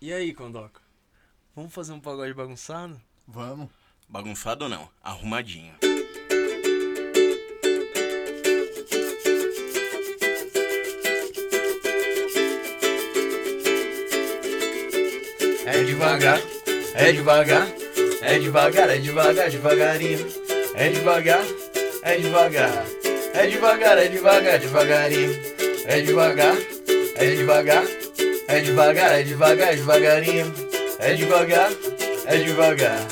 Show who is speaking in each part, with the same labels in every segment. Speaker 1: E aí, Condoco? Vamos fazer um pagode bagunçado?
Speaker 2: Vamos.
Speaker 3: Bagunçado ou não, arrumadinho.
Speaker 4: É devagar, é devagar, é devagar, é devagar, devagarinho. É devagar, é devagar, é devagar, é devagar, devagarinho. É devagar, é devagar, é devagar, é devagar, devagarinho. É devagar, é devagar,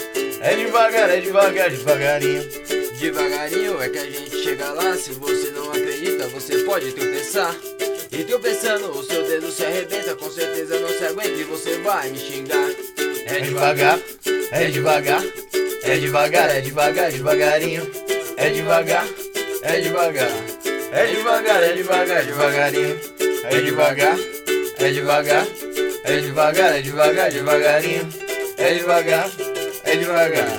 Speaker 4: é devagar, é devagar, devagarinho. Devagarinho é que a gente chega lá. Se você não acredita, você pode tropeçar. E tropeçando, o seu dedo se arrebenta. Com certeza não se aguenta e você vai me xingar. É devagar, é devagar, é devagar, é devagar, devagarinho. É devagar, é devagar, é devagar, é devagar, devagarinho. É devagar, é devagar, é devagar, é devagar, devagarinho. É devagar, é devagar,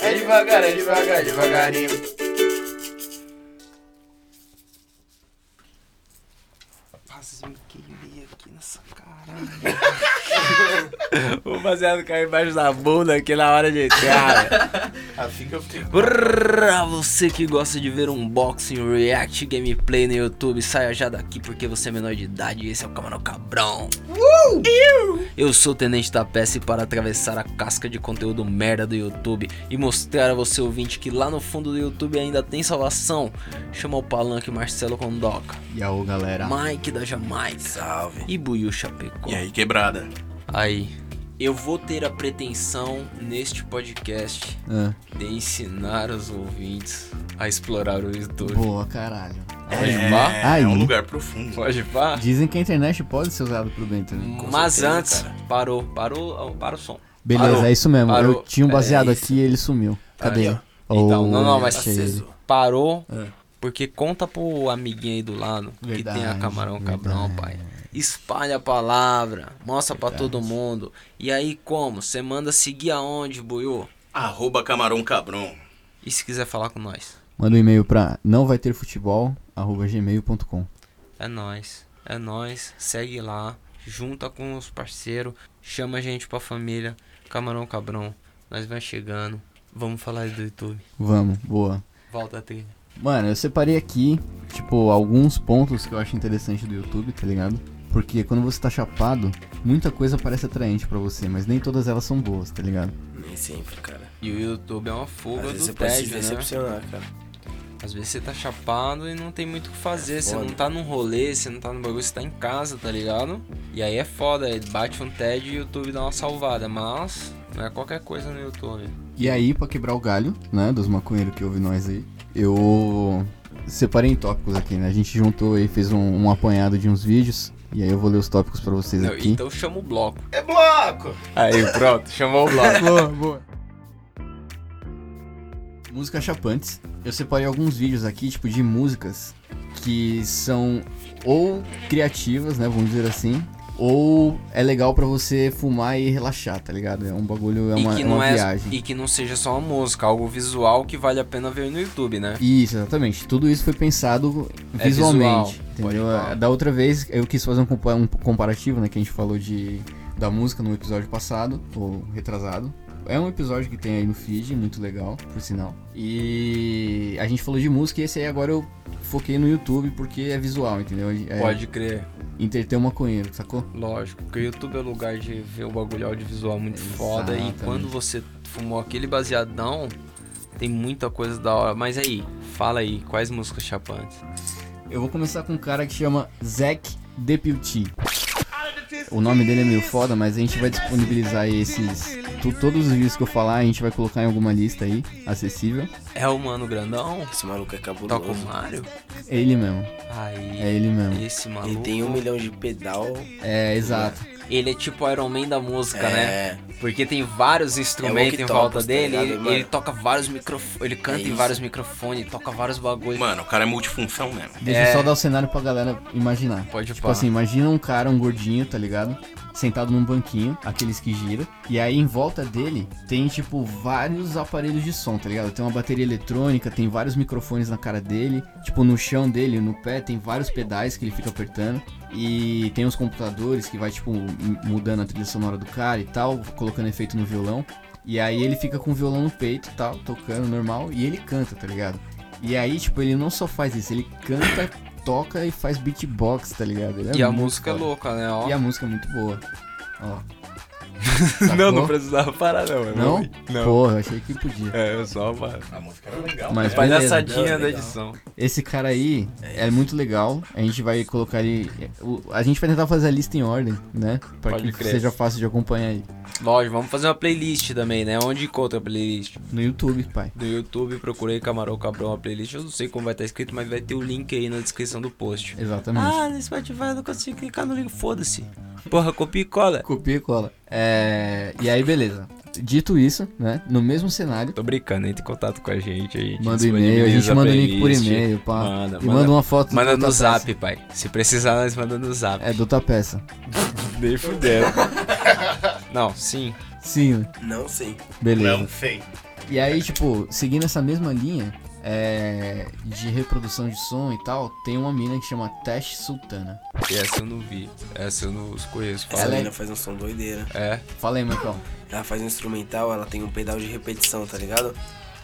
Speaker 4: é devagar, é devagar, devagarinho.
Speaker 1: Rapaz, eu me queimei aqui nessa caralho. o baseado caiu embaixo da bunda aqui na hora de entrar.
Speaker 2: Assim que eu fiquei.
Speaker 1: Pra você que gosta de ver unboxing, react, gameplay no YouTube, saia já daqui porque você é menor de idade e esse é o Camarão Cabrão. Iu! Eu sou o Tenente da PS e para atravessar a casca de conteúdo merda do YouTube e mostrar a você ouvinte que lá no fundo do YouTube ainda tem salvação, chama o Palanque Marcelo Condoca,
Speaker 2: E aí, galera?
Speaker 1: Mike da Jamaica
Speaker 3: Tá. Salve.
Speaker 1: e Buiu Chapecó.
Speaker 3: E aí, quebrada?
Speaker 1: Aí, eu vou ter a pretensão neste podcast
Speaker 2: É.
Speaker 1: de ensinar os ouvintes a explorar o YouTube.
Speaker 2: Boa, caralho.
Speaker 1: Pode pá?
Speaker 3: é,
Speaker 2: Aí.
Speaker 3: um lugar profundo.
Speaker 1: Pode pá?
Speaker 2: Dizem que a internet pode ser usada pro bem também.
Speaker 3: Com
Speaker 1: Mas
Speaker 3: certeza,
Speaker 1: antes,
Speaker 3: cara.
Speaker 1: parou, parou, parou o som.
Speaker 2: Beleza,
Speaker 1: Parou.
Speaker 2: é isso mesmo.
Speaker 1: Parou.
Speaker 2: Eu tinha um
Speaker 1: É
Speaker 2: baseado
Speaker 1: isso.
Speaker 2: aqui e ele sumiu. Cadê?
Speaker 3: Aqui,
Speaker 1: Então, não, não, mas
Speaker 2: achei ele.
Speaker 1: parou porque conta pro amiguinho aí do lado
Speaker 2: Verdade,
Speaker 1: que tem a Camarão Cabrão, pai. Espalha a palavra, mostra pra todo mundo. E aí como? Você manda seguir aonde, Buiu?
Speaker 3: Arroba Camarão Cabrão.
Speaker 1: E se quiser falar com nós?
Speaker 2: Manda um e-mail pra não vai ter futebol, arroba gmail.com.
Speaker 1: É nóis, é nóis, segue lá, junta com os parceiros, chama a gente pra família, Camarão Cabrão, nós vai chegando, vamos falar do YouTube,
Speaker 2: Vamos, boa.
Speaker 1: volta a trilha.
Speaker 2: Mano, eu separei aqui, tipo, alguns pontos que eu acho interessante do YouTube, tá ligado? Porque quando você tá chapado, muita coisa parece atraente pra você, mas nem todas elas são boas, tá ligado?
Speaker 4: Nem sempre, cara.
Speaker 1: E o YouTube é uma fuga
Speaker 4: Às
Speaker 1: do
Speaker 4: vezes você pode se
Speaker 1: tédio, né?
Speaker 4: decepcionar, cara.
Speaker 1: Às vezes você tá chapado e não tem muito o que
Speaker 2: É
Speaker 1: fazer, você
Speaker 4: foda.
Speaker 1: não tá num rolê, você não tá no bagulho, você tá em casa, tá ligado? E aí é foda, aí bate um tédio e o YouTube dá uma salvada, mas não é qualquer coisa no YouTube.
Speaker 2: E aí, pra quebrar o galho, né, dos maconheiros que ouve nós aí, eu separei em tópicos aqui, né? A gente juntou aí, fez um, um apanhado de uns vídeos, e aí eu vou ler os tópicos pra vocês
Speaker 1: Não,
Speaker 2: aqui.
Speaker 1: então chama o bloco.
Speaker 4: É bloco!
Speaker 1: Aí, pronto, chamou o bloco.
Speaker 2: boa, boa. Música chapantes. Eu separei alguns vídeos aqui, tipo, de músicas que são ou criativas, né, vamos dizer assim, ou é legal pra você fumar e relaxar, tá ligado? É um bagulho, é uma,
Speaker 1: e, que
Speaker 2: é uma
Speaker 1: não é-
Speaker 2: viagem.
Speaker 1: e que não seja só uma música, algo visual que vale a pena ver no YouTube, né?
Speaker 2: Isso, exatamente. Tudo isso foi pensado
Speaker 1: É
Speaker 2: visualmente.
Speaker 1: visual.
Speaker 2: Entendeu? É,
Speaker 1: Pode falar.
Speaker 2: Da outra vez eu quis fazer um, compa- um comparativo, né? Que a gente falou de da música no episódio passado, ou retrasado. É um episódio que tem aí no feed, muito legal, por sinal. E a gente falou de música e esse aí agora eu foquei no YouTube porque é visual, entendeu? É
Speaker 1: Pode crer,
Speaker 2: entreter o maconheiro, sacou?
Speaker 1: lógico, porque o YouTube é lugar de ver o bagulho audiovisual muito foda. E
Speaker 2: Exatamente.
Speaker 1: quando você fumou aquele baseadão, tem muita coisa da hora. Mas aí, fala aí, quais músicas chapantes?
Speaker 2: Eu vou começar com um cara que chama Zack Deputy. O nome dele é meio foda, mas a gente vai disponibilizar aí esses. tu- todos os vídeos que eu falar, a gente vai colocar em alguma lista aí, acessível.
Speaker 1: É o Mano Grandão?
Speaker 4: Esse maluco é cabuloso.
Speaker 3: um
Speaker 1: Toca o Mario?
Speaker 2: É ele mesmo,
Speaker 1: Aí,
Speaker 2: é ele mesmo.
Speaker 1: esse maluco.
Speaker 4: Ele tem um milhão de pedal.
Speaker 2: É, exato.
Speaker 1: ele é tipo o Iron Man da música, né?
Speaker 4: É.
Speaker 1: Porque tem vários instrumentos em
Speaker 4: walkie-talkie,
Speaker 1: volta
Speaker 4: tá
Speaker 1: dele.
Speaker 4: ligado,
Speaker 1: ele,
Speaker 4: mano?
Speaker 1: ele toca vários microfones. Ele canta
Speaker 4: É
Speaker 1: em
Speaker 4: isso.
Speaker 1: vários microfones, toca vários bagulhos.
Speaker 3: Mano, o cara é multifunção mesmo.
Speaker 2: Deixa
Speaker 1: É.
Speaker 2: eu só dar o cenário pra galera imaginar.
Speaker 1: Pode
Speaker 2: Tipo
Speaker 1: pá.
Speaker 2: assim, imagina um cara, um gordinho, tá ligado? Sentado num banquinho, aqueles que gira. E aí em volta dele tem, tipo, vários aparelhos de som, tá ligado? Tem uma bateria eletrônica, tem vários microfones na cara dele. Tipo, no chão dele, no pé, tem vários pedais que ele fica apertando. E tem uns computadores que vai, tipo, m- mudando a trilha sonora do cara e tal, colocando efeito no violão. E aí ele fica com o violão no peito e tal, tocando normal, e ele canta, tá ligado? E aí, tipo, ele não só faz isso, ele canta, toca e faz beatbox, tá ligado? Ele é
Speaker 1: E a
Speaker 2: muito
Speaker 1: música é
Speaker 2: foda.
Speaker 1: louca, né? Ó.
Speaker 2: E a música é muito boa. Ó.
Speaker 1: Não, não
Speaker 2: Sacou?
Speaker 1: precisava parar, não. é
Speaker 2: Não?
Speaker 1: meu- Não.
Speaker 2: Porra, achei que podia.
Speaker 1: É, eu só uma
Speaker 3: A música era legal.
Speaker 2: Mas
Speaker 3: né?
Speaker 2: beleza.
Speaker 1: palhaçadinha
Speaker 3: Legal.
Speaker 1: É. da edição.
Speaker 2: Esse cara aí é muito legal. A gente vai colocar ele. o- A gente vai tentar fazer a lista em ordem, né? Pra
Speaker 1: Pode
Speaker 2: que
Speaker 1: crer.
Speaker 2: seja fácil de acompanhar aí.
Speaker 1: Lógico, vamos fazer uma playlist também, né? Onde encontra a playlist?
Speaker 2: No YouTube, pai.
Speaker 1: Do YouTube, procurei Camarão Cabrão a playlist. Eu não sei como vai estar escrito, mas vai ter o link aí na descrição do post.
Speaker 2: Exatamente.
Speaker 1: Ah, no Spotify eu não consigo clicar no link, foda-se. Porra, copia e cola.
Speaker 2: Copia e cola. É, E aí, beleza. Dito isso, né? No mesmo cenário,
Speaker 1: Tô brincando, entre em contato com a gente aí.
Speaker 2: manda o e-mail. A gente manda o link por e-mail, pá.
Speaker 1: é Manda,
Speaker 2: e
Speaker 1: manda-
Speaker 2: manda, uma foto do
Speaker 1: Manda no
Speaker 2: Tapeça.
Speaker 1: zap, pai. Se precisar, nós manda no zap.
Speaker 2: É, do Tapeça.
Speaker 1: Nem fudendo. Não, sim.
Speaker 2: Sim, né?
Speaker 3: Não sei.
Speaker 2: beleza.
Speaker 3: Não sei.
Speaker 2: E aí, tipo, seguindo essa mesma linha é, de reprodução de som e tal, tem uma mina que chama Tash Sultana.
Speaker 1: Essa eu não vi. Essa eu não os conheço.
Speaker 5: Essa
Speaker 1: Fala aí.
Speaker 5: menina faz um som doideira.
Speaker 1: É.
Speaker 2: Fala aí, Marcão.
Speaker 5: Ela faz um instrumental, ela tem um pedal de repetição, tá ligado?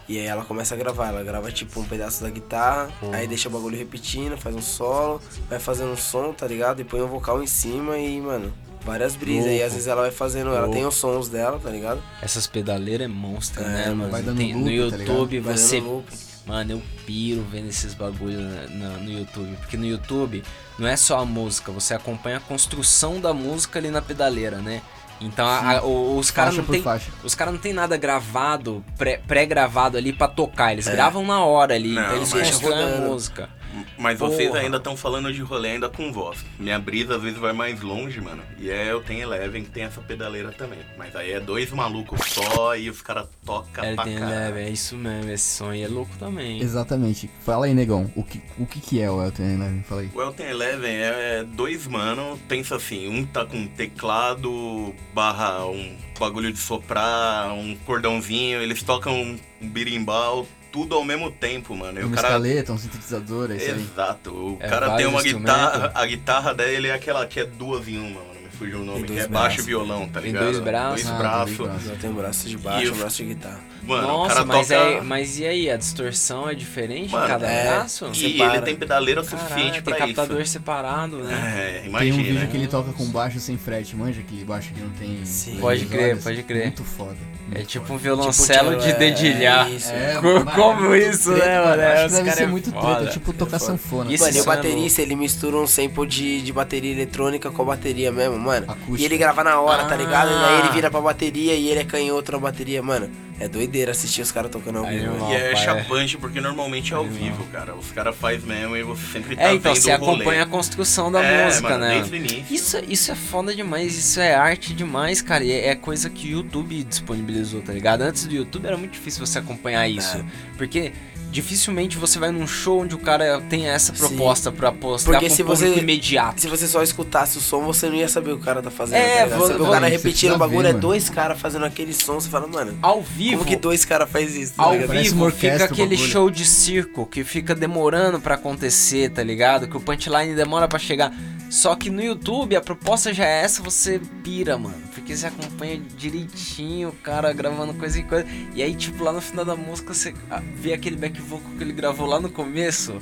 Speaker 5: E aí ela começa a gravar, ela grava tipo um pedaço da guitarra,
Speaker 1: Hum.
Speaker 5: aí deixa o bagulho repetindo, faz um solo, vai fazendo um som, tá ligado? E põe um vocal em cima e, mano, várias brisas. E às vezes ela vai fazendo, ela
Speaker 1: Louco.
Speaker 5: tem os sons dela, tá ligado?
Speaker 1: Essas pedaleiras é monstro,
Speaker 5: É,
Speaker 1: né, mano?
Speaker 2: vai dando
Speaker 1: Tem- no
Speaker 2: loop, tá
Speaker 1: YouTube
Speaker 5: Vai dando
Speaker 1: você.
Speaker 5: loop.
Speaker 1: Mano, eu piro vendo esses bagulhos na- na- no YouTube. Porque no YouTube não é só a música, você acompanha a construção da música ali na pedaleira, né? Então a- a- o- os caras
Speaker 2: Faixa
Speaker 1: não
Speaker 2: por
Speaker 1: tem.
Speaker 2: faixa.
Speaker 1: Os caras não tem nada gravado, pré- pré-gravado ali pra tocar.
Speaker 2: É.
Speaker 1: Eles gravam na hora ali,
Speaker 3: Não,
Speaker 1: então eles
Speaker 3: mas-
Speaker 1: constroem a
Speaker 5: rodando.
Speaker 1: música.
Speaker 3: Mas
Speaker 1: Porra.
Speaker 3: vocês ainda estão falando de rolê ainda com voz. Minha brisa às vezes vai mais longe, mano. E é, eu tenho Eleven que tem essa pedaleira também. Mas aí é dois malucos só e os caras tocam
Speaker 1: Ele
Speaker 3: pra
Speaker 1: tem
Speaker 3: caralho.
Speaker 1: leve, é isso mesmo, esse som aí é louco também.
Speaker 2: Exatamente. Fala aí, negão. O que, o que, que é o Elton Eleven? Fala aí.
Speaker 3: O Elton Eleven é dois mano, pensa assim, um tá com um teclado, barra um bagulho de soprar, um cordãozinho, eles tocam um birimbau, tudo ao mesmo tempo, mano. E o
Speaker 2: Uma
Speaker 3: cara.
Speaker 2: escaleta, um sintetizador, é isso aí.
Speaker 3: Exato, o
Speaker 1: É
Speaker 3: cara tem
Speaker 1: vários
Speaker 3: uma
Speaker 1: instrumentos.
Speaker 3: guitarra, a guitarra dele é aquela que é duas em uma, mano, me fugiu o nome, que
Speaker 5: dois
Speaker 3: é
Speaker 5: braços.
Speaker 3: baixo e violão, tá
Speaker 1: Tem
Speaker 3: ligado?
Speaker 1: dois braços. tá
Speaker 3: Dois
Speaker 2: Ah,
Speaker 3: braços.
Speaker 2: dois braços.
Speaker 5: Ela tem um braço de
Speaker 3: E
Speaker 5: baixo,
Speaker 3: o-
Speaker 5: um braço de guitarra.
Speaker 3: Mano, o
Speaker 1: Nossa,
Speaker 3: cara
Speaker 1: mas, é
Speaker 3: toca...
Speaker 1: aí- mas e aí, a distorção é diferente
Speaker 3: Mano,
Speaker 1: em cada
Speaker 5: é,
Speaker 1: braço?
Speaker 3: E
Speaker 5: separa.
Speaker 3: ele tem pedaleira
Speaker 1: Caralho,
Speaker 3: suficiente
Speaker 1: tem
Speaker 3: pra
Speaker 1: captador
Speaker 3: isso.
Speaker 1: separado, né?
Speaker 3: É,
Speaker 2: Tem
Speaker 3: imagina.
Speaker 2: um vídeo que ele toca com baixo sem frete, manja aquele baixo que não tem.
Speaker 5: Sim.
Speaker 2: dois
Speaker 1: Pode crer,
Speaker 2: olhos?
Speaker 1: pode crer.
Speaker 2: Muito foda.
Speaker 1: É,
Speaker 2: Muito
Speaker 1: tipo
Speaker 2: foda.
Speaker 1: um violoncelo
Speaker 5: Tipo,
Speaker 1: de
Speaker 5: é,
Speaker 1: dedilhar.
Speaker 5: é isso.
Speaker 2: É,
Speaker 1: Co-
Speaker 2: mano,
Speaker 1: como
Speaker 2: muito
Speaker 1: isso,
Speaker 2: treta,
Speaker 1: né,
Speaker 2: mano?
Speaker 1: mano?
Speaker 2: Acho
Speaker 1: Os
Speaker 2: que deve
Speaker 1: cara
Speaker 2: ser
Speaker 1: é
Speaker 2: muito treta,
Speaker 1: foda.
Speaker 2: tipo tocar sanfona.
Speaker 1: E esse
Speaker 5: Mano, e o
Speaker 1: som é
Speaker 5: baterista, ele mistura um sample de, de bateria eletrônica com a bateria mesmo, mano.
Speaker 2: Acústica.
Speaker 5: E ele grava na hora,
Speaker 1: Ah.
Speaker 5: tá ligado? E aí ele vira pra bateria e ele é canhoto na bateria, mano. É doideira assistir os caras tocando ao
Speaker 1: Aí
Speaker 5: vivo.
Speaker 1: eu-
Speaker 5: mano.
Speaker 3: E
Speaker 1: Opa,
Speaker 3: é
Speaker 1: é.
Speaker 3: chapante porque normalmente é ao vivo, cara. Os caras fazem mesmo e você sempre tá
Speaker 1: É, então
Speaker 3: vendo
Speaker 1: você
Speaker 3: o rolê.
Speaker 1: acompanha a construção da
Speaker 3: É,
Speaker 1: música,
Speaker 3: mano,
Speaker 1: né?
Speaker 3: Desde o início.
Speaker 1: Isso, isso é foda demais, isso é arte demais, cara. E é, é coisa que o YouTube disponibilizou, tá ligado? Antes do YouTube era muito difícil você acompanhar
Speaker 3: É.
Speaker 1: isso. Porque dificilmente você vai num show onde o cara tem essa
Speaker 5: Sim.
Speaker 1: proposta pra postar
Speaker 5: Porque
Speaker 1: pro
Speaker 5: se
Speaker 1: público
Speaker 5: você-
Speaker 1: imediato.
Speaker 5: Se você só escutasse o som, você não ia saber o que o cara tá fazendo.
Speaker 1: É,
Speaker 5: tá ligado?
Speaker 1: vou-
Speaker 5: Você vê
Speaker 1: vou-
Speaker 5: o cara
Speaker 2: você
Speaker 5: repetindo
Speaker 2: precisa
Speaker 5: o bagulho,
Speaker 2: ver,
Speaker 5: é dois caras fazendo aquele som, você fala, mano,
Speaker 1: Ao vivo,
Speaker 5: como que dois caras faz isso? tá
Speaker 1: ao
Speaker 5: ligado?
Speaker 2: Parece uma
Speaker 1: vivo fica
Speaker 2: orquestra, o
Speaker 1: aquele
Speaker 2: bagulho.
Speaker 1: show de circo que fica demorando pra acontecer, tá ligado? Que o punchline demora pra chegar. Só que no YouTube a proposta já é essa, você pira, mano. Porque você acompanha direitinho o cara gravando coisa em coisa. E aí, tipo, lá no final da música você ah, vê aquele back vocal que ele gravou lá no começo,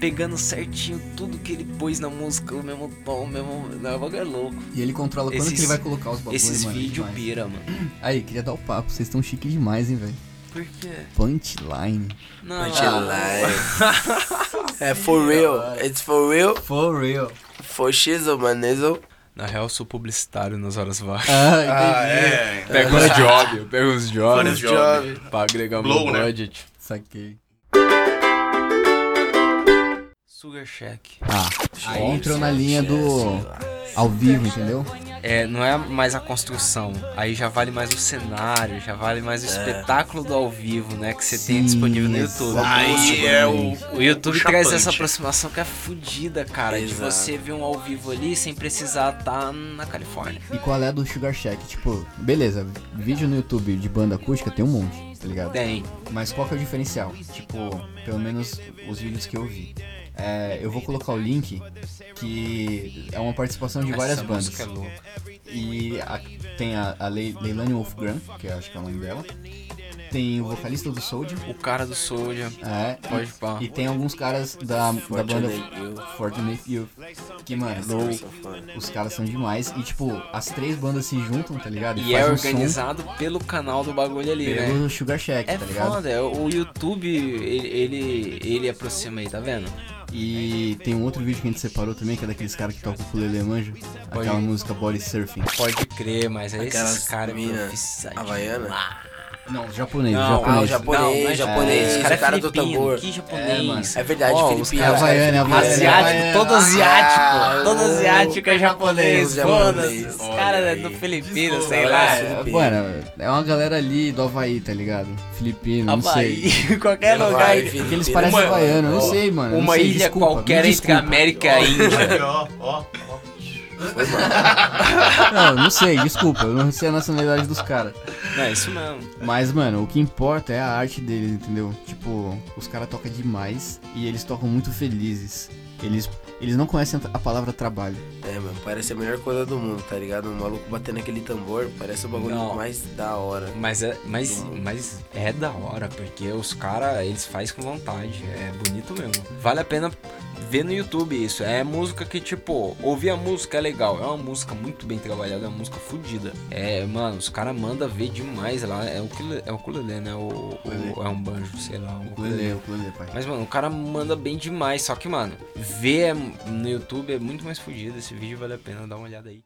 Speaker 1: pegando certinho tudo que ele pôs na música, o mesmo tom, o mesmo. Não, o bagulho é louco.
Speaker 2: E ele controla quando
Speaker 1: Esses-
Speaker 2: que ele vai colocar os bagulhos,
Speaker 1: Esses
Speaker 2: mano. é
Speaker 1: vídeos
Speaker 2: demais.
Speaker 1: pira, mano.
Speaker 2: Aí, queria dar o papo. Vocês estão chique demais, hein, velho.
Speaker 1: Por quê?
Speaker 2: Punchline.
Speaker 1: Não,
Speaker 5: Punchline. é for real. It's for real.
Speaker 2: For real.
Speaker 5: For shizzle, manezo.
Speaker 1: Na real, eu sou publicitário nas horas vagas.
Speaker 2: Ah,
Speaker 3: Ah,
Speaker 2: entendi.
Speaker 3: é.
Speaker 1: Pega uns jobs, eu pego uns
Speaker 3: Vários
Speaker 1: jobs
Speaker 3: jobs.
Speaker 1: pra agregar
Speaker 3: Blow,
Speaker 1: meu
Speaker 3: né?
Speaker 1: budget.
Speaker 2: Saquei.
Speaker 1: Sugar Shack.
Speaker 2: Ah, aí entrou na linha do ao vivo, entendeu?
Speaker 1: É, não é mais a construção. Aí já vale mais o cenário, já vale mais o espetáculo do ao vivo, né? Que você tem
Speaker 2: É. Sim,
Speaker 1: disponível no YouTube.
Speaker 2: exato.
Speaker 3: Aí é o.
Speaker 1: O YouTube traz
Speaker 3: chapante.
Speaker 1: essa aproximação que é fodida, cara. De
Speaker 5: Exato.
Speaker 1: você ver um ao vivo ali sem precisar tá na Califórnia.
Speaker 2: E qual é a do Sugar Shack? Tipo, beleza, vídeo no YouTube de banda acústica tem um monte, tá ligado?
Speaker 1: Tem.
Speaker 2: Mas qual que é o diferencial? Tipo, pelo menos os vídeos que eu vi. É, eu vou colocar o link que é uma participação de várias
Speaker 1: Essa
Speaker 2: bandas.
Speaker 1: música é louca.
Speaker 2: E a- tem a, a Le- Leilani Wolfgram, que eu acho que é o nome dela. Tem o vocalista do Soldier.
Speaker 1: O cara do Soldier.
Speaker 2: É,
Speaker 1: Pode pá.
Speaker 2: e tem alguns caras da, da banda
Speaker 5: Fortunate Youth.
Speaker 2: Fortunate Youth. Que, mano,
Speaker 5: Eu sou fã.
Speaker 2: os caras são demais. E, tipo, as três bandas se juntam, tá ligado?
Speaker 1: E
Speaker 2: faz
Speaker 1: é
Speaker 2: um
Speaker 1: organizado pelo canal do bagulho
Speaker 2: som
Speaker 1: ali, né?
Speaker 2: pelo Sugar Shack,
Speaker 1: É
Speaker 2: tá ligado?
Speaker 1: foda, é, o YouTube, ele, ele, ele aproxima aí, tá vendo?
Speaker 2: E tem um outro vídeo que a gente separou também, que é daqueles caras que tocam o ukulele manjo. Aquela música Body Surfing.
Speaker 1: Pode crer, mas é esses
Speaker 5: Aquelas
Speaker 1: caras
Speaker 5: mina
Speaker 1: profissionais.
Speaker 5: havaiana?
Speaker 1: Ah.
Speaker 2: Não, japonês,
Speaker 5: ah, o
Speaker 2: japonês.
Speaker 5: japonês,
Speaker 1: mas
Speaker 5: japonês,
Speaker 1: é,
Speaker 5: o cara do
Speaker 1: filipino,
Speaker 5: tambor.
Speaker 1: Que
Speaker 2: É, mano.
Speaker 1: japonês?
Speaker 5: É verdade,
Speaker 1: Ó,
Speaker 5: Felipe
Speaker 1: os
Speaker 2: É havaiana, é havaiana.
Speaker 1: Asiático,
Speaker 2: havaiana.
Speaker 1: todo asiático,
Speaker 5: Ah,
Speaker 1: todo asiático é japonês,
Speaker 5: japonês,
Speaker 1: foda-se. Os
Speaker 5: olha
Speaker 1: caras é
Speaker 5: aí.
Speaker 1: do Filipinas,
Speaker 3: Desculpa,
Speaker 1: sei lá.
Speaker 5: é,
Speaker 2: É, Mano, é uma galera ali do Havaí, tá ligado? Filipino, não sei.
Speaker 1: Havaí, qualquer lugar.
Speaker 5: Vai, Felipe.
Speaker 2: Porque eles parecem
Speaker 3: Uma-
Speaker 2: havaiano, eu não
Speaker 5: ó,
Speaker 2: sei, mano. eu não
Speaker 1: Uma
Speaker 2: sei,
Speaker 1: ilha
Speaker 2: desculpa, me
Speaker 1: qualquer entre
Speaker 2: desculpa.
Speaker 1: América e Índia.
Speaker 3: ó, ó, ó.
Speaker 2: Não, não sei, desculpa, eu não sei a nacionalidade dos caras.
Speaker 1: Não, é isso mesmo.
Speaker 2: Mas, mano, o que importa é a arte deles, entendeu? Tipo, os caras tocam demais e eles tocam muito felizes. Eles, eles não conhecem a palavra trabalho.
Speaker 5: É, mano, parece a melhor coisa do mundo, tá ligado? Um maluco batendo aquele tambor, parece o bagulho
Speaker 1: Não.
Speaker 5: mais da hora.
Speaker 1: Mas é, mas, mas é da hora, porque os caras, eles fazem com vontade. É bonito mesmo. Vale a pena ver no YouTube isso. É música que, tipo, ouvir a música é legal. É uma música muito bem trabalhada, é uma música fodida. É, mano, os caras mandam ver demais lá. É o que é o ukulele, né? O, o- é um banjo, sei lá. Um
Speaker 2: Ukulele, ukulele, pai.
Speaker 1: Mas, mano, o cara manda bem demais. Só que, mano, ver é- no YouTube é muito mais fodido. Esse vídeo vale a pena dar uma olhada aí.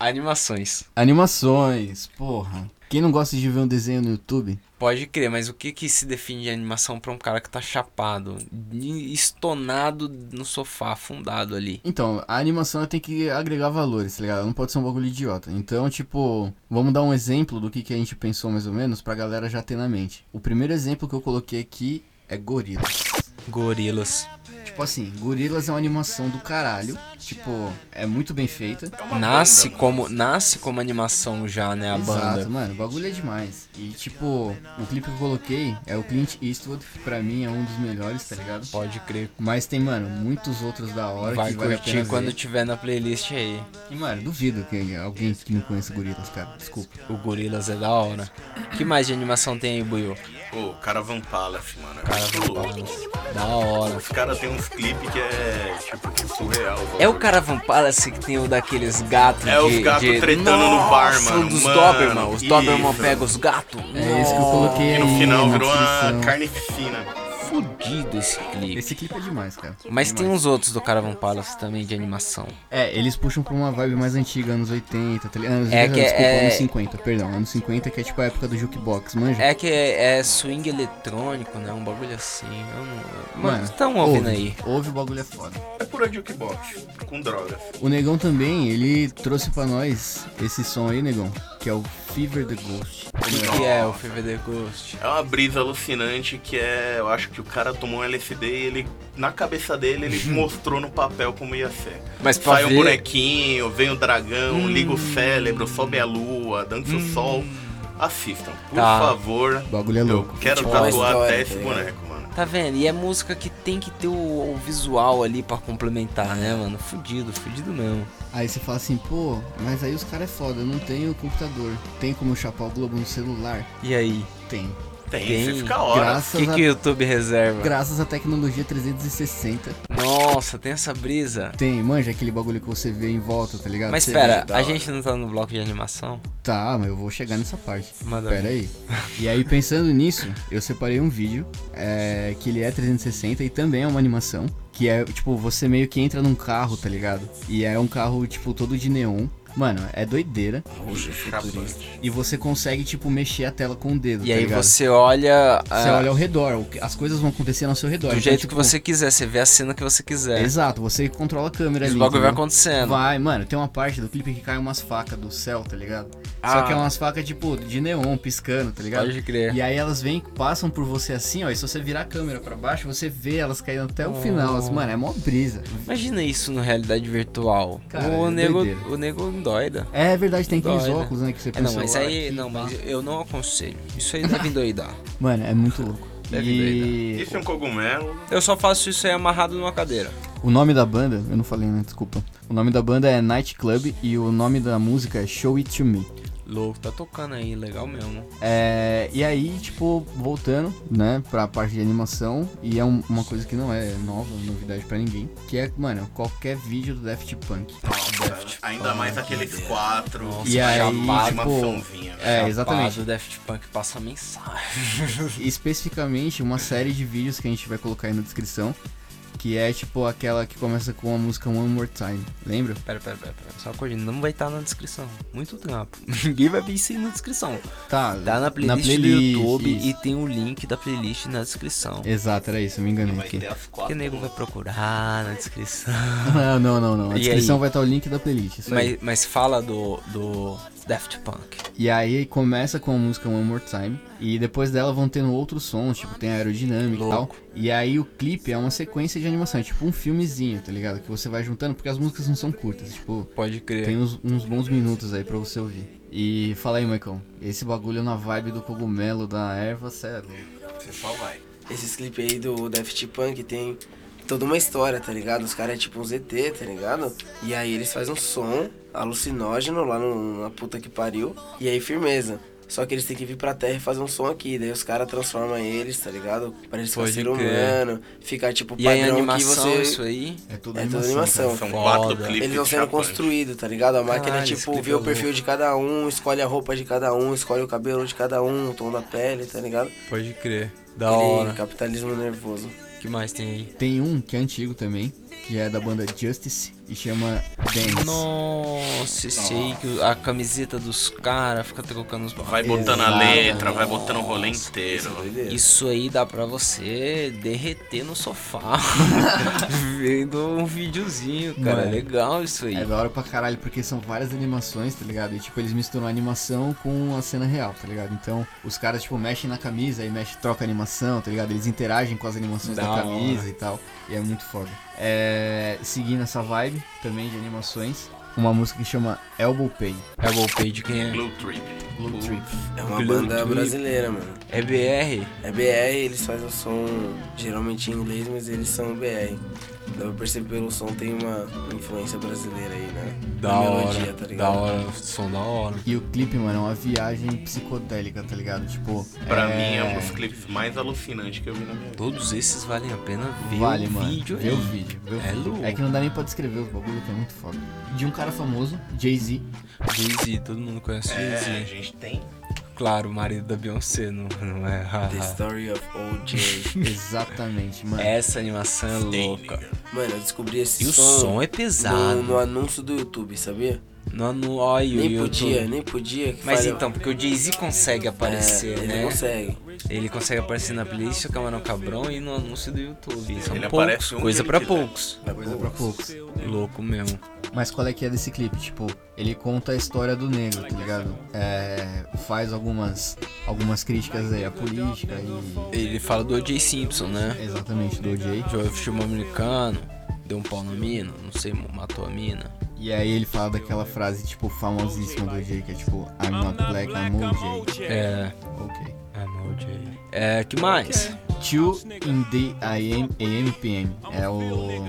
Speaker 1: Animações.
Speaker 2: Animações, porra. Quem não gosta de ver um desenho no YouTube?
Speaker 1: Pode crer, mas o que que se define de animação pra um cara que tá chapado, ni- estonado no sofá, afundado ali?
Speaker 2: Então, a animação ela tem que agregar valores, tá ligado? Ela Não pode ser um bagulho idiota. Então, tipo, vamos dar um exemplo do que, que a gente pensou mais ou menos pra galera já ter na mente. O primeiro exemplo que eu coloquei aqui é Gorilas.
Speaker 1: Gorilas.
Speaker 2: Tipo assim, Gorilas é uma animação do caralho. Tipo, é muito bem feita.
Speaker 1: Nasce como, nasce como animação já, né, a
Speaker 2: Exato,
Speaker 1: banda.
Speaker 2: mano, o bagulho é demais. E tipo, o clipe que eu coloquei é o Clint Eastwood, que pra mim é um dos melhores, tá ligado?
Speaker 1: Pode crer.
Speaker 2: Mas tem, mano, muitos outros da hora
Speaker 1: Vai
Speaker 2: que vale a
Speaker 1: curtir
Speaker 2: pena
Speaker 1: quando
Speaker 2: ver.
Speaker 1: tiver na playlist aí.
Speaker 2: E, mano, duvido que alguém que não conheça Gorilas, cara. Desculpa.
Speaker 1: O Gorilas é da hora. que mais de animação tem aí, Buiu?
Speaker 3: Pô, Caravan Palace, mano. é
Speaker 1: Cara,
Speaker 3: muito louco.
Speaker 1: da hora.
Speaker 3: Os caras têm uns clipes que é, tipo, surreal.
Speaker 1: É o
Speaker 3: bagulho.
Speaker 1: Caravan Palace que tem o daqueles gatos
Speaker 3: É os
Speaker 1: de-
Speaker 3: gatos
Speaker 1: de-
Speaker 3: tretando no bar,
Speaker 1: Nossa,
Speaker 3: mano.
Speaker 1: um dos
Speaker 3: Mano,
Speaker 1: Doberman. Os
Speaker 3: isso.
Speaker 1: Doberman pegam os gatos.
Speaker 2: É isso que eu coloquei
Speaker 3: E no
Speaker 2: aí
Speaker 3: final
Speaker 2: na
Speaker 3: virou uma
Speaker 2: descrição.
Speaker 3: carnificina.
Speaker 1: Fudido esse clipe.
Speaker 2: Esse clipe é demais, cara.
Speaker 1: Mas tem um-
Speaker 2: Demais.
Speaker 1: uns outros do Caravan Palace também de animação.
Speaker 2: É, eles puxam pra uma vibe mais antiga, anos 80, tá ligado? Anos,
Speaker 1: É que
Speaker 2: desculpa,
Speaker 1: é-
Speaker 2: anos 50, perdão. Anos 50 que é tipo a época do jukebox, manja?
Speaker 1: É que é, é swing eletrônico, né? Um bagulho assim. Eu não... Mano, estão
Speaker 2: ouve,
Speaker 1: ouvindo aí.
Speaker 2: Ouve o bagulho é foda.
Speaker 3: É pura jukebox, com drogas.
Speaker 2: O Negão também, ele trouxe pra nós esse som aí, Negão, que é o Fever the Ghost.
Speaker 1: O que é o FVD Ghost?
Speaker 3: É uma brisa alucinante que é. Eu acho que o cara tomou um LSD e ele. Na cabeça dele, ele mostrou no papel como ia ser.
Speaker 1: Mas pra
Speaker 3: Sai um
Speaker 1: ver- Hum.
Speaker 3: bonequinho, vem o dragão, liga o cérebro, sobe a lua, dança o sol. Assistam, por
Speaker 1: Tá.
Speaker 3: favor.
Speaker 2: O bagulho é
Speaker 3: Eu
Speaker 2: louco.
Speaker 3: quero
Speaker 5: Tipo, uma
Speaker 3: tatuar
Speaker 5: história,
Speaker 3: até
Speaker 5: tá
Speaker 3: esse
Speaker 5: ligado?
Speaker 3: boneco, mano.
Speaker 1: Tá vendo? E é música que tem que ter o, o visual ali pra complementar, né, mano? Fudido, fudido mesmo.
Speaker 2: Aí você fala assim, pô, mas aí os caras é foda, eu não tenho computador. Tem como chapar o Globo no celular?
Speaker 1: E aí?
Speaker 2: Tem.
Speaker 3: Tem,
Speaker 1: Tem.
Speaker 3: você fica horas.
Speaker 1: O que,
Speaker 2: Graças,
Speaker 1: que é? o YouTube reserva?
Speaker 2: a... Graças à tecnologia 360.
Speaker 1: Nossa, tem essa brisa.
Speaker 2: Tem, manja aquele bagulho que você vê em volta, tá ligado?
Speaker 1: Mas
Speaker 2: Você
Speaker 1: pera,
Speaker 2: vê-
Speaker 1: a gente não tá no bloco de animação?
Speaker 2: Tá, mas eu vou chegar nessa parte.
Speaker 1: Manda
Speaker 2: Pera aí. E aí, pensando nisso, eu separei um vídeo é, que ele é 360 e também é uma animação. Que é, tipo, você meio que entra num carro, tá ligado? E é um carro, tipo, todo de neon. Mano, é doideira. E você consegue, tipo, mexer a tela com o dedo,
Speaker 1: E
Speaker 2: tá
Speaker 1: aí
Speaker 2: ligado?
Speaker 1: você olha,
Speaker 2: Você
Speaker 1: ah,
Speaker 2: olha ao redor, o que- as coisas vão acontecendo ao seu redor.
Speaker 1: do
Speaker 2: Então,
Speaker 1: jeito que
Speaker 2: tipo,
Speaker 1: você quiser, você vê a cena que você quiser.
Speaker 2: Exato, você controla a câmera
Speaker 1: Os
Speaker 2: ali.
Speaker 1: bagulho vai
Speaker 2: entendeu?
Speaker 1: acontecendo.
Speaker 2: Vai, mano, tem uma parte do clipe que cai umas facas do céu, tá ligado?
Speaker 1: Ah.
Speaker 2: Só que é umas facas, tipo, de neon, piscando, tá ligado?
Speaker 1: Pode crer.
Speaker 2: E aí elas vêm, passam por você assim, ó. E se você virar a câmera pra baixo, você vê elas caindo até
Speaker 1: Oh.
Speaker 2: o final. Assim, mano, é mó brisa.
Speaker 1: Imagina isso na realidade virtual.
Speaker 2: Cara,
Speaker 1: o,
Speaker 2: é
Speaker 1: nego,
Speaker 2: doideira.
Speaker 1: o nego doida.
Speaker 2: É verdade, tem aqueles
Speaker 1: Dói, né?
Speaker 2: óculos, né? Que você
Speaker 1: É,
Speaker 2: põe
Speaker 1: não,
Speaker 2: o
Speaker 1: mas
Speaker 2: celular
Speaker 1: aí.
Speaker 2: aqui,
Speaker 1: Não,
Speaker 2: pá.
Speaker 1: mas eu não aconselho. Isso aí deve endoidar.
Speaker 2: Mano, é muito louco.
Speaker 1: Deve
Speaker 2: E
Speaker 3: Isso é um cogumelo.
Speaker 1: Eu só faço isso aí amarrado numa cadeira.
Speaker 2: o nome da banda, eu não falei, né? Desculpa. O nome da banda é Night Club e o nome da música é Show It To Me.
Speaker 1: Louco, tá tocando aí, legal mesmo.
Speaker 2: É, e aí, tipo, voltando, né, pra parte de animação, e é um- uma coisa que não é nova, novidade pra ninguém, que é, mano, qualquer vídeo do Daft Punk.
Speaker 3: Ainda mais aqueles quatro.
Speaker 2: E aí,
Speaker 3: uma né?
Speaker 2: tipo,
Speaker 3: animaçãozinha.
Speaker 2: É, exatamente.
Speaker 1: O Daft Punk passa mensagem.
Speaker 2: especificamente uma série de vídeos que a gente vai colocar aí na descrição. Que é tipo aquela que começa com a música One More Time, lembra?
Speaker 1: Pera, pera, pera, pera. Só corrigindo, não vai estar na descrição. Muito trampo. Ninguém vai ver isso aí na descrição.
Speaker 2: Tá,
Speaker 1: Tá na playlist, do
Speaker 2: playlist,
Speaker 1: YouTube
Speaker 2: isso.
Speaker 1: e tem o link da playlist na descrição.
Speaker 2: Exato, era isso, eu me enganei
Speaker 3: Vai
Speaker 2: aqui.
Speaker 3: ter as
Speaker 1: Que
Speaker 3: quatro.
Speaker 1: nego vai procurar na descrição.
Speaker 2: Não, Ah, não, não, não. A
Speaker 1: E
Speaker 2: descrição
Speaker 1: aí?
Speaker 2: vai estar o link da playlist. Isso aí.
Speaker 1: Mas, mas fala do, do Daft Punk.
Speaker 2: E aí começa com a música One More Time. E depois dela vão tendo outros sons, tipo, tem aerodinâmica e tal.
Speaker 1: Louco.
Speaker 2: E aí o clipe é uma sequência de animação, é tipo um filmezinho, tá ligado? Que você vai juntando, porque as músicas não são curtas, tipo,
Speaker 1: Pode crer.
Speaker 2: Tem uns, uns bons minutos aí pra você ouvir. E fala aí, Maicon. Esse bagulho na vibe do cogumelo, da erva, cê é louco.
Speaker 3: Você só vai.
Speaker 5: Esses clipes aí do Daft Punk tem toda uma história, tá ligado? Os caras é tipo um ZT, tá ligado? E aí eles fazem um som alucinógeno lá no- na puta que pariu. E aí firmeza. Só que eles têm que vir pra terra e fazer um som aqui. Daí os caras transformam eles, tá ligado? Pra eles
Speaker 1: Pode
Speaker 5: ficarem ser
Speaker 1: crer.
Speaker 5: humano. Ficar tipo
Speaker 1: E aí,
Speaker 5: padrão
Speaker 1: animação,
Speaker 5: que você.
Speaker 1: isso aí.
Speaker 2: É tudo
Speaker 5: É
Speaker 2: animação.
Speaker 5: tudo
Speaker 2: cara.
Speaker 5: animação.
Speaker 3: São
Speaker 1: Foda.
Speaker 3: quatro clipes.
Speaker 5: Eles vão
Speaker 3: de
Speaker 5: sendo
Speaker 3: Chaplin.
Speaker 5: construídos, tá ligado? A máquina,
Speaker 1: Caralho, esse
Speaker 5: tipo,
Speaker 1: clipe
Speaker 5: vê
Speaker 1: é
Speaker 5: o
Speaker 1: louco.
Speaker 5: perfil de cada um, escolhe a roupa de cada um, escolhe o cabelo de cada um, o tom da pele, tá ligado?
Speaker 1: Pode crer. Da
Speaker 5: Aquele
Speaker 1: hora.
Speaker 5: capitalismo nervoso.
Speaker 1: O que mais tem aí?
Speaker 2: Tem um que é antigo também, que é da banda Justice e chama Dance.
Speaker 1: Nossa, esse aí que a camiseta dos caras fica trocando os
Speaker 3: Vai botando a
Speaker 2: Exato.
Speaker 3: letra, vai botando o rolê inteiro.
Speaker 1: Isso aí dá pra você derreter no sofá vendo um videozinho, cara.
Speaker 2: Mano.
Speaker 1: Legal isso aí.
Speaker 2: É da hora pra caralho, porque são várias animações, tá ligado? E tipo, eles misturam a animação com a cena real, tá ligado? Então, os caras, tipo, mexem na camisa e mexe, troca a animação, tá ligado? Eles interagem com as animações da,
Speaker 1: Da hora.
Speaker 2: camisa e tal. E é muito foda. É, seguindo essa vibe também de animações, uma música que chama Elbow Pain.
Speaker 1: É o de quem é?
Speaker 3: Blue Trip.
Speaker 2: Blue Trip.
Speaker 5: É uma
Speaker 1: Blue
Speaker 5: banda
Speaker 1: Trip.
Speaker 5: brasileira, mano.
Speaker 1: É BR.
Speaker 5: É BR, eles fazem o som geralmente em inglês, mas eles são BR. Dá pra perceber pelo som tem uma influência brasileira aí, né?
Speaker 1: Da
Speaker 5: melodia,
Speaker 1: hora.
Speaker 5: tá
Speaker 1: da
Speaker 5: ligado?
Speaker 1: hora. Som da hora.
Speaker 2: E o clipe, mano, é uma viagem psicodélica, tá ligado? Tipo,
Speaker 3: Pra mim é um dos clipes mais alucinantes que eu vi na minha vida.
Speaker 1: Todos esses valem a pena ver
Speaker 2: Vale,
Speaker 1: o
Speaker 2: mano.
Speaker 1: vídeo
Speaker 2: vê
Speaker 1: aí.
Speaker 2: o vídeo. Vê o
Speaker 1: É
Speaker 2: vídeo.
Speaker 1: louco.
Speaker 2: é que não dá nem pra descrever os bagulho, que é muito foda. De um cara famoso, Jay-Z.
Speaker 1: Jay-Z, todo mundo conhece o
Speaker 3: É, a
Speaker 1: Jay-Z.
Speaker 3: gente tem.
Speaker 1: Claro, o marido da Beyoncé, não, não é?
Speaker 5: The Story of OJ.
Speaker 2: Exatamente, mano.
Speaker 1: Essa animação é louca.
Speaker 5: mano, eu descobri esse
Speaker 1: E o
Speaker 5: som.
Speaker 1: som é
Speaker 5: no,
Speaker 1: pesado.
Speaker 5: no anúncio do YouTube, sabia?
Speaker 1: No, no, olha o
Speaker 5: nem
Speaker 1: YouTube.
Speaker 5: podia, nem podia. que
Speaker 1: Mas
Speaker 5: falha-
Speaker 1: então, porque o Jay-Z consegue
Speaker 5: É,
Speaker 1: aparecer,
Speaker 5: ele
Speaker 1: né?
Speaker 5: consegue.
Speaker 1: Ele consegue aparecer na playlist do Camarão Cabrão e no anúncio do YouTube. São
Speaker 3: Ele
Speaker 1: poucos,
Speaker 3: aparece um
Speaker 1: coisa
Speaker 3: que ele
Speaker 1: pra
Speaker 3: quiser.
Speaker 1: poucos.
Speaker 2: Coisa pra poucos.
Speaker 1: Louco mesmo.
Speaker 2: Mas qual é que é desse clipe? Tipo, ele conta a história do negro, tá ligado? É, faz algumas, algumas críticas aí à política e.
Speaker 1: Ele fala do O.J. Simpson, né?
Speaker 2: Exatamente, do Jay.
Speaker 1: Joel filme americano, deu um pau na mina, não sei, matou a mina.
Speaker 2: E aí ele fala daquela frase, tipo, famosíssima do Jay, que é tipo, I'm not black, I'm OJ.
Speaker 1: É.
Speaker 2: Ok.
Speaker 1: I'm O.J. É, que mais?
Speaker 2: 2 in the AM, AM PM. É o.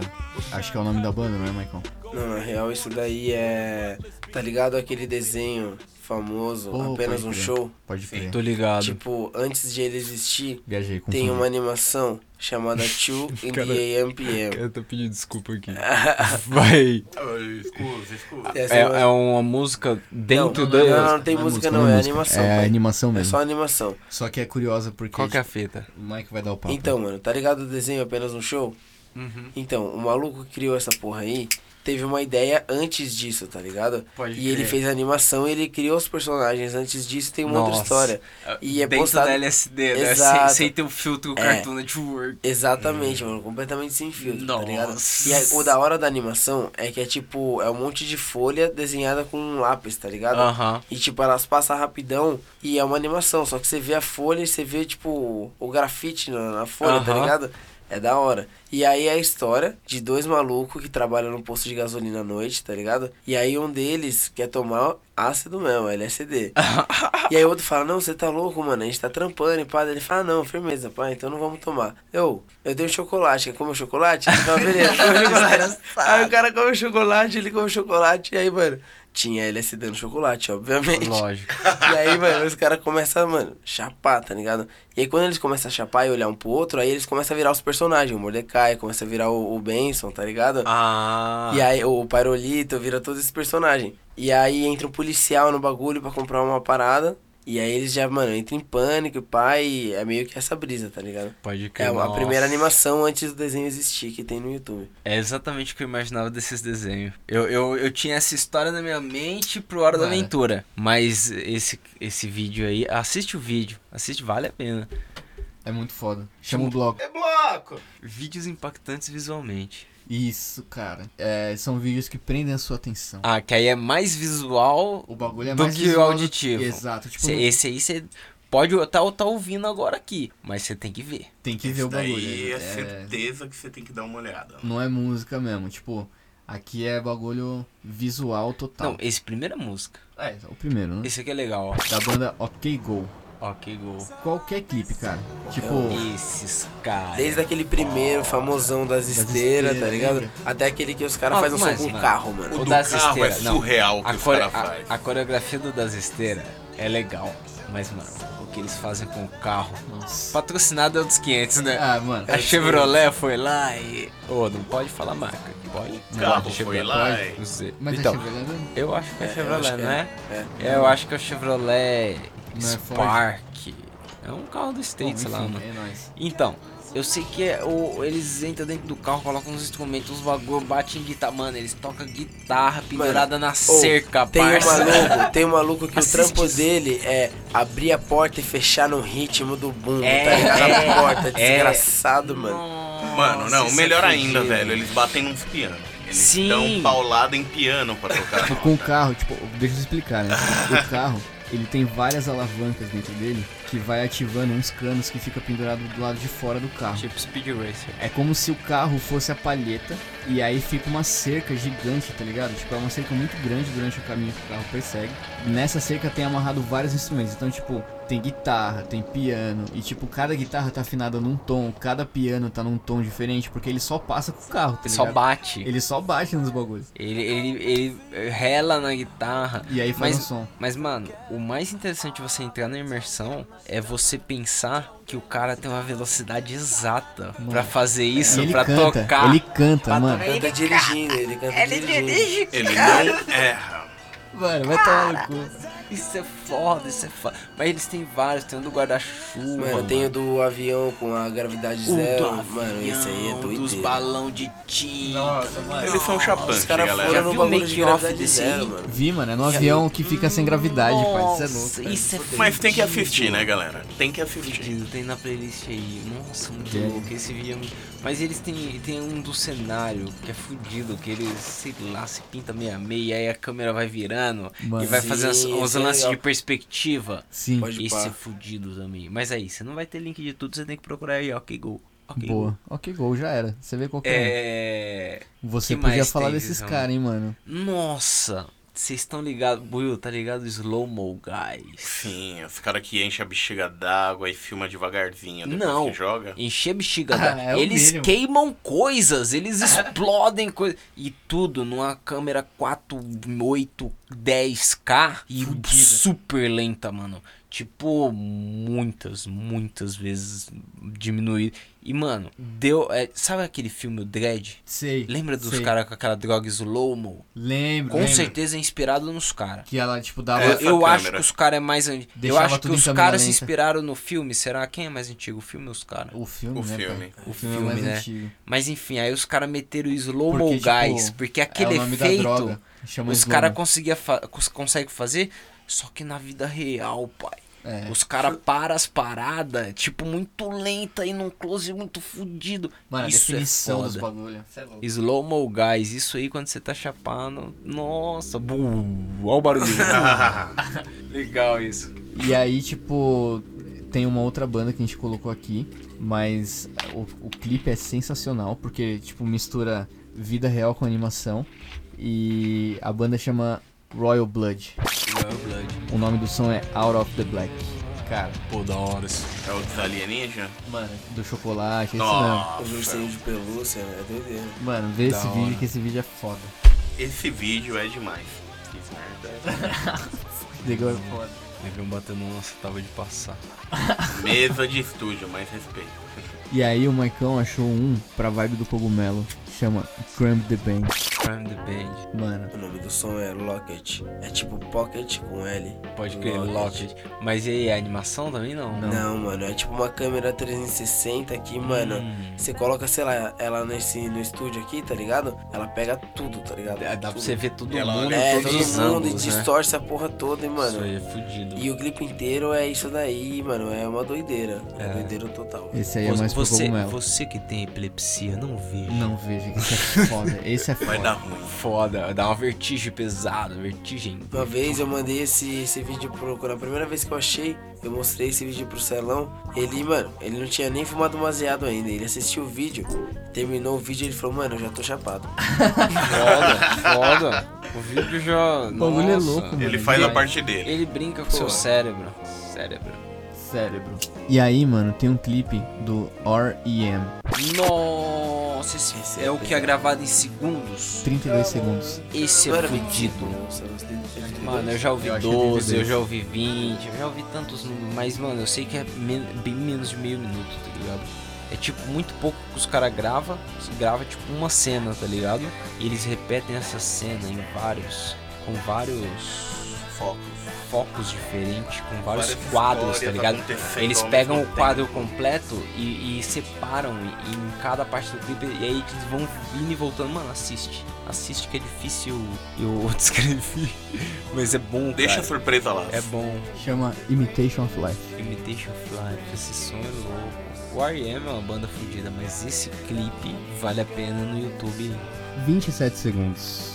Speaker 2: Acho que é o nome da banda, não é, Michael?
Speaker 5: Não, na real, isso daí é. Tá ligado aquele desenho famoso,
Speaker 2: Pô,
Speaker 5: apenas
Speaker 2: pode
Speaker 5: um
Speaker 2: crer.
Speaker 5: show?
Speaker 2: Pode crer.
Speaker 1: Tô ligado.
Speaker 5: Tipo, antes de ele existir,
Speaker 2: Viajei com
Speaker 5: tem uma animação chamada Two in
Speaker 1: Cara,
Speaker 5: the AM
Speaker 2: é,
Speaker 5: PM.
Speaker 1: tô pedindo desculpa aqui. Vai.
Speaker 3: Escusa, escusa.
Speaker 5: Essa
Speaker 1: É,
Speaker 5: uma-
Speaker 1: é uma música dentro
Speaker 5: não,
Speaker 1: da.
Speaker 5: não, não, não tem música não, é animação.
Speaker 2: É
Speaker 5: pai.
Speaker 2: animação
Speaker 5: É
Speaker 2: mesmo.
Speaker 5: só animação.
Speaker 2: Só que é curiosa porque
Speaker 1: Qual que é a fita?
Speaker 2: o Mike vai dar o papo.
Speaker 5: Então, mano, tá ligado o desenho apenas um show?
Speaker 1: Uhum.
Speaker 5: Então, o maluco que criou essa porra aí teve uma ideia antes disso, tá ligado?
Speaker 1: Pode
Speaker 5: e ele
Speaker 1: crer.
Speaker 5: fez a animação, ele criou os personagens antes disso, tem uma outra
Speaker 1: Nossa.
Speaker 5: história. E é
Speaker 1: Dentro
Speaker 5: postado
Speaker 1: da LSD, né? Sem,
Speaker 5: Exato. É.
Speaker 1: sem ter o filtro Cartoon Network.
Speaker 5: Exatamente, mano, completamente sem filtro, tá ligado?
Speaker 1: Uhum. Nossa.
Speaker 5: E aí, o da hora da animação é que é tipo, é um monte de folha desenhada com um lápis, tá ligado?
Speaker 1: Aham.
Speaker 5: E tipo, elas passam rapidão e é uma animação, só que você vê a folha e você vê, tipo, o grafite na, na folha, tá
Speaker 1: Aham.
Speaker 5: ligado? É da hora. E aí é a história de dois malucos que trabalham no posto de gasolina à noite, tá ligado? E aí um deles quer tomar ácido mesmo, LSD. e aí o outro fala, não, você tá louco, mano, a gente tá trampando e pá. Daí Ele fala, "Ah, não, firmeza, pá, então não vamos tomar. Eu, eu dei um chocolate, quer comer chocolate? Ele fala, beleza, come chocolate. aí o cara come chocolate, ele come chocolate, e aí, mano... Tinha LSD no chocolate, obviamente.
Speaker 2: Lógico.
Speaker 5: E aí, mano, os caras começam, mano, chapar, tá ligado? E aí, quando eles começam a chapar e olhar um pro outro, aí eles começam a virar os personagens. O Mordecai começa a virar o, o Benson, tá ligado?
Speaker 1: Ah.
Speaker 5: E aí, o Parolito vira todos esses personagens. E aí, entra um policial no bagulho pra comprar uma parada. E aí, eles já, mano, entram em pânico e pai. É meio que essa brisa, tá ligado?
Speaker 1: Pode crer.
Speaker 5: É uma
Speaker 1: nossa.
Speaker 5: primeira animação antes do desenho existir que tem no YouTube.
Speaker 1: É exatamente o que eu imaginava desses desenhos. Eu, eu, eu tinha essa história na minha mente pro Hora da
Speaker 2: Cara.
Speaker 1: Aventura. Mas esse, esse vídeo aí, assiste o vídeo. Assiste, vale a pena.
Speaker 2: É muito foda. Chama o bloco.
Speaker 4: É bloco!
Speaker 1: Vídeos impactantes visualmente.
Speaker 2: Isso, cara. É, são vídeos que prendem a sua atenção.
Speaker 1: Ah, que aí é mais visual.
Speaker 2: O bagulho é
Speaker 1: Do
Speaker 2: mais
Speaker 1: que o
Speaker 2: visual do-
Speaker 1: auditivo.
Speaker 2: Exato. Tipo,
Speaker 1: Cê-
Speaker 2: não-
Speaker 1: esse aí você pode estar tá, tá ouvindo agora aqui, mas você tem que ver.
Speaker 2: tem que
Speaker 3: Esse
Speaker 2: ver o bagulho.
Speaker 3: daí é
Speaker 2: é-
Speaker 3: certeza que você tem que dar uma olhada.
Speaker 2: Não é música mesmo. Tipo, aqui é bagulho visual total.
Speaker 1: Não, esse primeiro é música.
Speaker 2: É, o primeiro, né?
Speaker 1: Esse aqui é legal, ó.
Speaker 2: Da banda OK Go.
Speaker 1: Ó, que gol.
Speaker 2: Qualquer clipe, cara. Tipo,
Speaker 1: Esses caras.
Speaker 5: Desde aquele primeiro famosão das esteiras, tá
Speaker 2: esteiras,
Speaker 5: ligado?
Speaker 2: lembra?
Speaker 5: Até aquele que os caras
Speaker 1: Ah,
Speaker 5: fazem um som
Speaker 1: mas,
Speaker 5: com o
Speaker 1: mano,
Speaker 5: carro, mano.
Speaker 1: o
Speaker 3: do
Speaker 1: das
Speaker 3: carro
Speaker 1: esteiras,
Speaker 3: é
Speaker 1: não.
Speaker 3: surreal o que
Speaker 1: A,
Speaker 3: os
Speaker 1: core-
Speaker 3: caras
Speaker 1: a-
Speaker 3: fazem.
Speaker 1: a coreografia do Das Esteiras é legal, mas, mano, o que eles fazem com o carro?
Speaker 2: nossa.
Speaker 1: Patrocinado é outros 500, né?
Speaker 2: Ah, mano.
Speaker 1: a Chevrolet foi lá e. Ô, não pode falar marca. Pode?
Speaker 3: O carro foi lá e-
Speaker 1: Não sei.
Speaker 2: Mas é
Speaker 1: então,
Speaker 2: a Chevrolet
Speaker 1: eu acho que é,
Speaker 5: É, eu
Speaker 1: Chevrolet,
Speaker 5: acho que é.
Speaker 1: né?
Speaker 5: É.
Speaker 1: Eu acho que é o Chevrolet
Speaker 2: Não é Ford?
Speaker 1: Spark. É um carro do States
Speaker 2: Bom,
Speaker 1: lá,
Speaker 2: enfim,
Speaker 1: mano.
Speaker 2: É nóis.
Speaker 1: Então, eu sei que é o- eles entram dentro do carro, colocam uns instrumentos, uns bagulho, batem em guitarra. Mano, eles tocam guitarra pendurada na
Speaker 5: Ou,
Speaker 1: cerca,
Speaker 5: tem um
Speaker 1: parça.
Speaker 5: maluco, tem um maluco que
Speaker 1: Assiste
Speaker 5: o trampo
Speaker 1: isso.
Speaker 5: dele é abrir a porta e fechar no ritmo do boom,
Speaker 1: É,
Speaker 5: tá ligado?
Speaker 1: é,
Speaker 5: a porta,
Speaker 1: é.
Speaker 5: desgraçado, mano.
Speaker 3: Mano, não,
Speaker 1: isso é
Speaker 3: melhor ainda,
Speaker 1: fudido.
Speaker 3: velho. Eles batem nos pianos. Eles
Speaker 1: Sim.
Speaker 3: dão paulada em piano pra tocar.
Speaker 2: Tipo, com o carro, tipo, deixa eu explicar, né? O carro, ele tem várias alavancas dentro dele que vai ativando uns canos que fica pendurado do lado de fora do carro.
Speaker 1: Tipo Speed Racer.
Speaker 2: É como se o carro fosse a palheta e aí fica uma cerca gigante, tá ligado? Tipo, é uma cerca muito grande durante o caminho que o carro persegue. Nessa cerca tem amarrado vários instrumentos. Então, tipo, tem guitarra, tem piano e, tipo, cada guitarra tá afinada num tom, cada piano tá num tom diferente porque ele só passa com o carro, tá
Speaker 1: Só
Speaker 2: ligado?
Speaker 1: bate.
Speaker 2: Ele só bate nos bagulhos.
Speaker 1: Ele, ele, ele rela na guitarra.
Speaker 2: E aí faz
Speaker 1: Mas-
Speaker 2: um som.
Speaker 1: Mas, mano, o mais interessante de você entrar na imersão é você pensar que o cara tem uma velocidade exata
Speaker 2: Mano.
Speaker 1: pra fazer
Speaker 2: E
Speaker 1: isso,
Speaker 2: É, ele
Speaker 1: pra
Speaker 2: canta,
Speaker 1: tocar.
Speaker 2: ele canta,
Speaker 5: Ele
Speaker 2: mano.
Speaker 5: canta dirigindo, ele canta dirigindo.
Speaker 3: Ele não erra.
Speaker 2: Mano, vai tomar no cu.
Speaker 1: Isso é foda, isso é foda. Mas eles têm vários, tem um do guarda-chuva.
Speaker 5: Mano, tem o do avião com a gravidade
Speaker 1: O
Speaker 5: zero.
Speaker 1: do
Speaker 5: mano,
Speaker 1: avião,
Speaker 5: esse aí é
Speaker 1: dos
Speaker 5: doideira.
Speaker 1: balão de tinta.
Speaker 3: Eles são
Speaker 5: Os
Speaker 3: chapantes,
Speaker 5: caras
Speaker 3: galera.
Speaker 5: foram
Speaker 1: Já
Speaker 5: no
Speaker 1: viu
Speaker 5: um bagulho
Speaker 1: o
Speaker 5: de
Speaker 1: making-of
Speaker 5: gravidade
Speaker 1: desse
Speaker 5: zero,
Speaker 1: aí?
Speaker 5: mano.
Speaker 2: Vi, mano, é no avião que fica sem gravidade, pai. Isso é louco.
Speaker 1: Nossa,
Speaker 2: cara.
Speaker 1: Isso é
Speaker 3: Mas tem que
Speaker 1: fudido.
Speaker 3: assistir, né, galera? Tem que assistir.
Speaker 1: Fudido, Tem na playlist aí. Nossa, muito
Speaker 2: É.
Speaker 1: louco. Esse vídeo é muito... Mas eles têm, tem um do cenário que é fudido, que eles, sei lá, se pinta meia meia, aí a câmera vai virando
Speaker 2: Mano.
Speaker 1: e vai
Speaker 5: Sim,
Speaker 1: fazer uns,
Speaker 5: esse
Speaker 1: uns
Speaker 5: é
Speaker 1: lances de
Speaker 5: legal.
Speaker 1: perspectiva.
Speaker 2: Sim,
Speaker 5: Pode
Speaker 1: Esse
Speaker 5: pá.
Speaker 1: é fudido também. Mas aí, você não vai ter link de tudo, você tem que procurar aí, ok, go. Ok, Go.
Speaker 2: boa. Ok, gol, já era. Você vê qualquer
Speaker 1: É.
Speaker 2: um. Você
Speaker 1: que
Speaker 2: podia
Speaker 1: mais
Speaker 2: falar
Speaker 1: tem,
Speaker 2: desses
Speaker 1: Zizão?
Speaker 2: caras, hein, mano.
Speaker 1: Nossa! Vocês estão ligados, Will, tá ligado? Slow Mo Guys.
Speaker 3: Sim, os caras que enchem a bexiga d'água e filma devagarzinho depois
Speaker 1: Não.
Speaker 3: que joga.
Speaker 1: Encher a bexiga.
Speaker 2: Ah,
Speaker 1: d'água.
Speaker 2: é o
Speaker 1: eles
Speaker 2: mínimo.
Speaker 1: queimam coisas, eles explodem coisas. E tudo numa câmera 4, 8, 10K e super lenta, mano. Tipo, muitas, muitas vezes diminuído. E,
Speaker 2: Hum.
Speaker 1: mano, deu. é, sabe aquele filme o Dread?
Speaker 2: Sei.
Speaker 1: Lembra dos
Speaker 2: sei.
Speaker 1: caras com aquela droga slow mo?
Speaker 2: Lembro.
Speaker 1: Com
Speaker 2: lembro.
Speaker 1: certeza é inspirado nos caras.
Speaker 2: Que ela, tipo, dava.
Speaker 3: É. essa
Speaker 1: eu acho
Speaker 3: câmera.
Speaker 1: que os caras é mais antigo. Eu
Speaker 2: Deixava
Speaker 1: acho que
Speaker 2: tudo em
Speaker 1: os
Speaker 2: câmera
Speaker 1: caras se
Speaker 2: lenta.
Speaker 1: inspiraram no filme. Será quem é mais antigo? O filme ou os caras?
Speaker 2: O filme,
Speaker 3: O
Speaker 2: né?
Speaker 3: filme.
Speaker 2: pai?
Speaker 1: O
Speaker 2: O filme é
Speaker 1: filme,
Speaker 2: mais
Speaker 1: né?
Speaker 2: antigo.
Speaker 1: Mas enfim, aí os caras meteram o Slow Mo
Speaker 2: Porque, tipo,
Speaker 1: Guys. Porque
Speaker 2: é
Speaker 1: aquele
Speaker 2: o nome da
Speaker 1: efeito
Speaker 2: droga. Chama
Speaker 1: os
Speaker 2: Slow
Speaker 1: caras
Speaker 2: Mo.
Speaker 1: conseguem fazer. Só que na vida real, pai.
Speaker 2: É.
Speaker 1: Os caras param as paradas, tipo, muito lenta e num close muito fudido.
Speaker 2: Mano, a
Speaker 1: Isso é
Speaker 2: definição dos
Speaker 1: foda.
Speaker 2: bagulho. é
Speaker 1: Slow Mo Guys, isso aí quando você tá chapando. Nossa, bum, olha o barulho. Legal isso.
Speaker 2: E aí, tipo, tem uma outra banda que a gente colocou aqui, mas o, o clipe é sensacional, porque, tipo, mistura vida real com animação. E a banda chama Royal Blood.
Speaker 1: Royal Blood.
Speaker 2: O nome do som é Out of the Black. Cara,
Speaker 1: Pô, da hora isso.
Speaker 3: É o dos alienígenas?
Speaker 2: mano, do chocolate, esse não.
Speaker 3: Nossa.
Speaker 5: Os ursinhos de pelúcia, é doideira.
Speaker 2: Mano, vê
Speaker 1: Da
Speaker 2: esse vídeo
Speaker 1: hora.
Speaker 2: que esse vídeo é foda.
Speaker 3: Esse vídeo é demais. Que merda. é
Speaker 2: Legal é foda.
Speaker 1: Deviam bater no nosso, tava de passar.
Speaker 3: Mesa de estúdio, mais respeito.
Speaker 2: E aí o Maicão achou um pra vibe do cogumelo, chama Cramp the Band.
Speaker 1: Prime the Band.
Speaker 2: Mano,
Speaker 5: O nome do som é Locket. É tipo Pocket com L.
Speaker 1: Pode crer,
Speaker 5: Locket.
Speaker 1: Locket. Mas e aí, a animação também não?
Speaker 5: Não. mano, é tipo uma câmera 360 que, mano,
Speaker 1: Hum.
Speaker 5: você coloca, sei lá, ela nesse, no estúdio aqui, tá ligado? Ela pega tudo, tá ligado?
Speaker 1: É, dá pra
Speaker 5: Tudo.
Speaker 1: você ver todo
Speaker 3: Ela
Speaker 1: mundo,
Speaker 3: olha
Speaker 1: em
Speaker 5: É,
Speaker 1: todos
Speaker 5: todo
Speaker 1: os
Speaker 5: mundo e
Speaker 1: ângulos, né?
Speaker 5: distorce a porra toda, hein, mano.
Speaker 1: Isso aí é fudido.
Speaker 5: E o clipe inteiro é isso daí, mano. É uma doideira. É,
Speaker 1: É.
Speaker 5: doideira total.
Speaker 2: esse aí é mais pro
Speaker 1: você,
Speaker 2: cogumelo.
Speaker 1: você que tem epilepsia, não veja.
Speaker 2: Não, veja, esse é foda. Esse é
Speaker 3: Vai dar
Speaker 2: foda.
Speaker 3: ruim.
Speaker 1: Foda, dá uma vertigem pesada, vertigem.
Speaker 5: Uma vez eu mandei esse, esse vídeo pro. Quando a primeira vez que eu achei, eu mostrei esse vídeo pro Celão. Ele, mano, ele não tinha nem fumado baseado ainda. Ele assistiu o vídeo, terminou o vídeo e ele falou, mano, eu já tô chapado.
Speaker 1: Foda, foda. O vídeo já. O
Speaker 2: bagulho é louco, mano.
Speaker 3: Ele faz a
Speaker 1: Ele-
Speaker 3: parte dele.
Speaker 1: Ele brinca com o seu cérebro. Cérebro.
Speaker 2: Cérebro. E aí, mano, tem um clipe do R.E.M.
Speaker 1: Nossa,
Speaker 5: Esse
Speaker 1: esse
Speaker 5: é
Speaker 1: é o que é
Speaker 5: pesado.
Speaker 1: gravado em segundos.
Speaker 2: 32 segundos.
Speaker 1: Esse é
Speaker 5: Mano,
Speaker 1: fudido.
Speaker 5: Nossa, eu gostei desse vídeo.
Speaker 1: Mano, eu já ouvi
Speaker 2: Eu acho que é
Speaker 1: 12, eu
Speaker 2: 32.
Speaker 1: já ouvi 20, eu já ouvi tantos números, mas mano, eu sei que é men- bem menos de meio minuto, tá ligado? É tipo muito pouco que os caras gravam, se grava tipo uma cena, tá ligado? E eles repetem essa cena em vários, com vários
Speaker 3: Focos.
Speaker 1: focos diferentes, com vários
Speaker 3: Várias
Speaker 1: quadros, tá
Speaker 3: histórias
Speaker 1: ligado?
Speaker 3: acontecendo
Speaker 1: Eles
Speaker 3: ao
Speaker 1: pegam o
Speaker 3: mesmo
Speaker 1: quadro completo e, e separam em em cada parte do clipe e aí eles vão indo e voltando. Mano, assiste. Assiste que é difícil eu descrever. Mas é bom,
Speaker 3: Deixa a
Speaker 1: cara.
Speaker 3: surpresa lá.
Speaker 1: É bom.
Speaker 2: Chama Imitation of Life.
Speaker 1: Imitation of Life, esse som é louco. O R.E.M. é uma banda fodida, mas esse clipe vale a pena no YouTube.
Speaker 2: 27 segundos.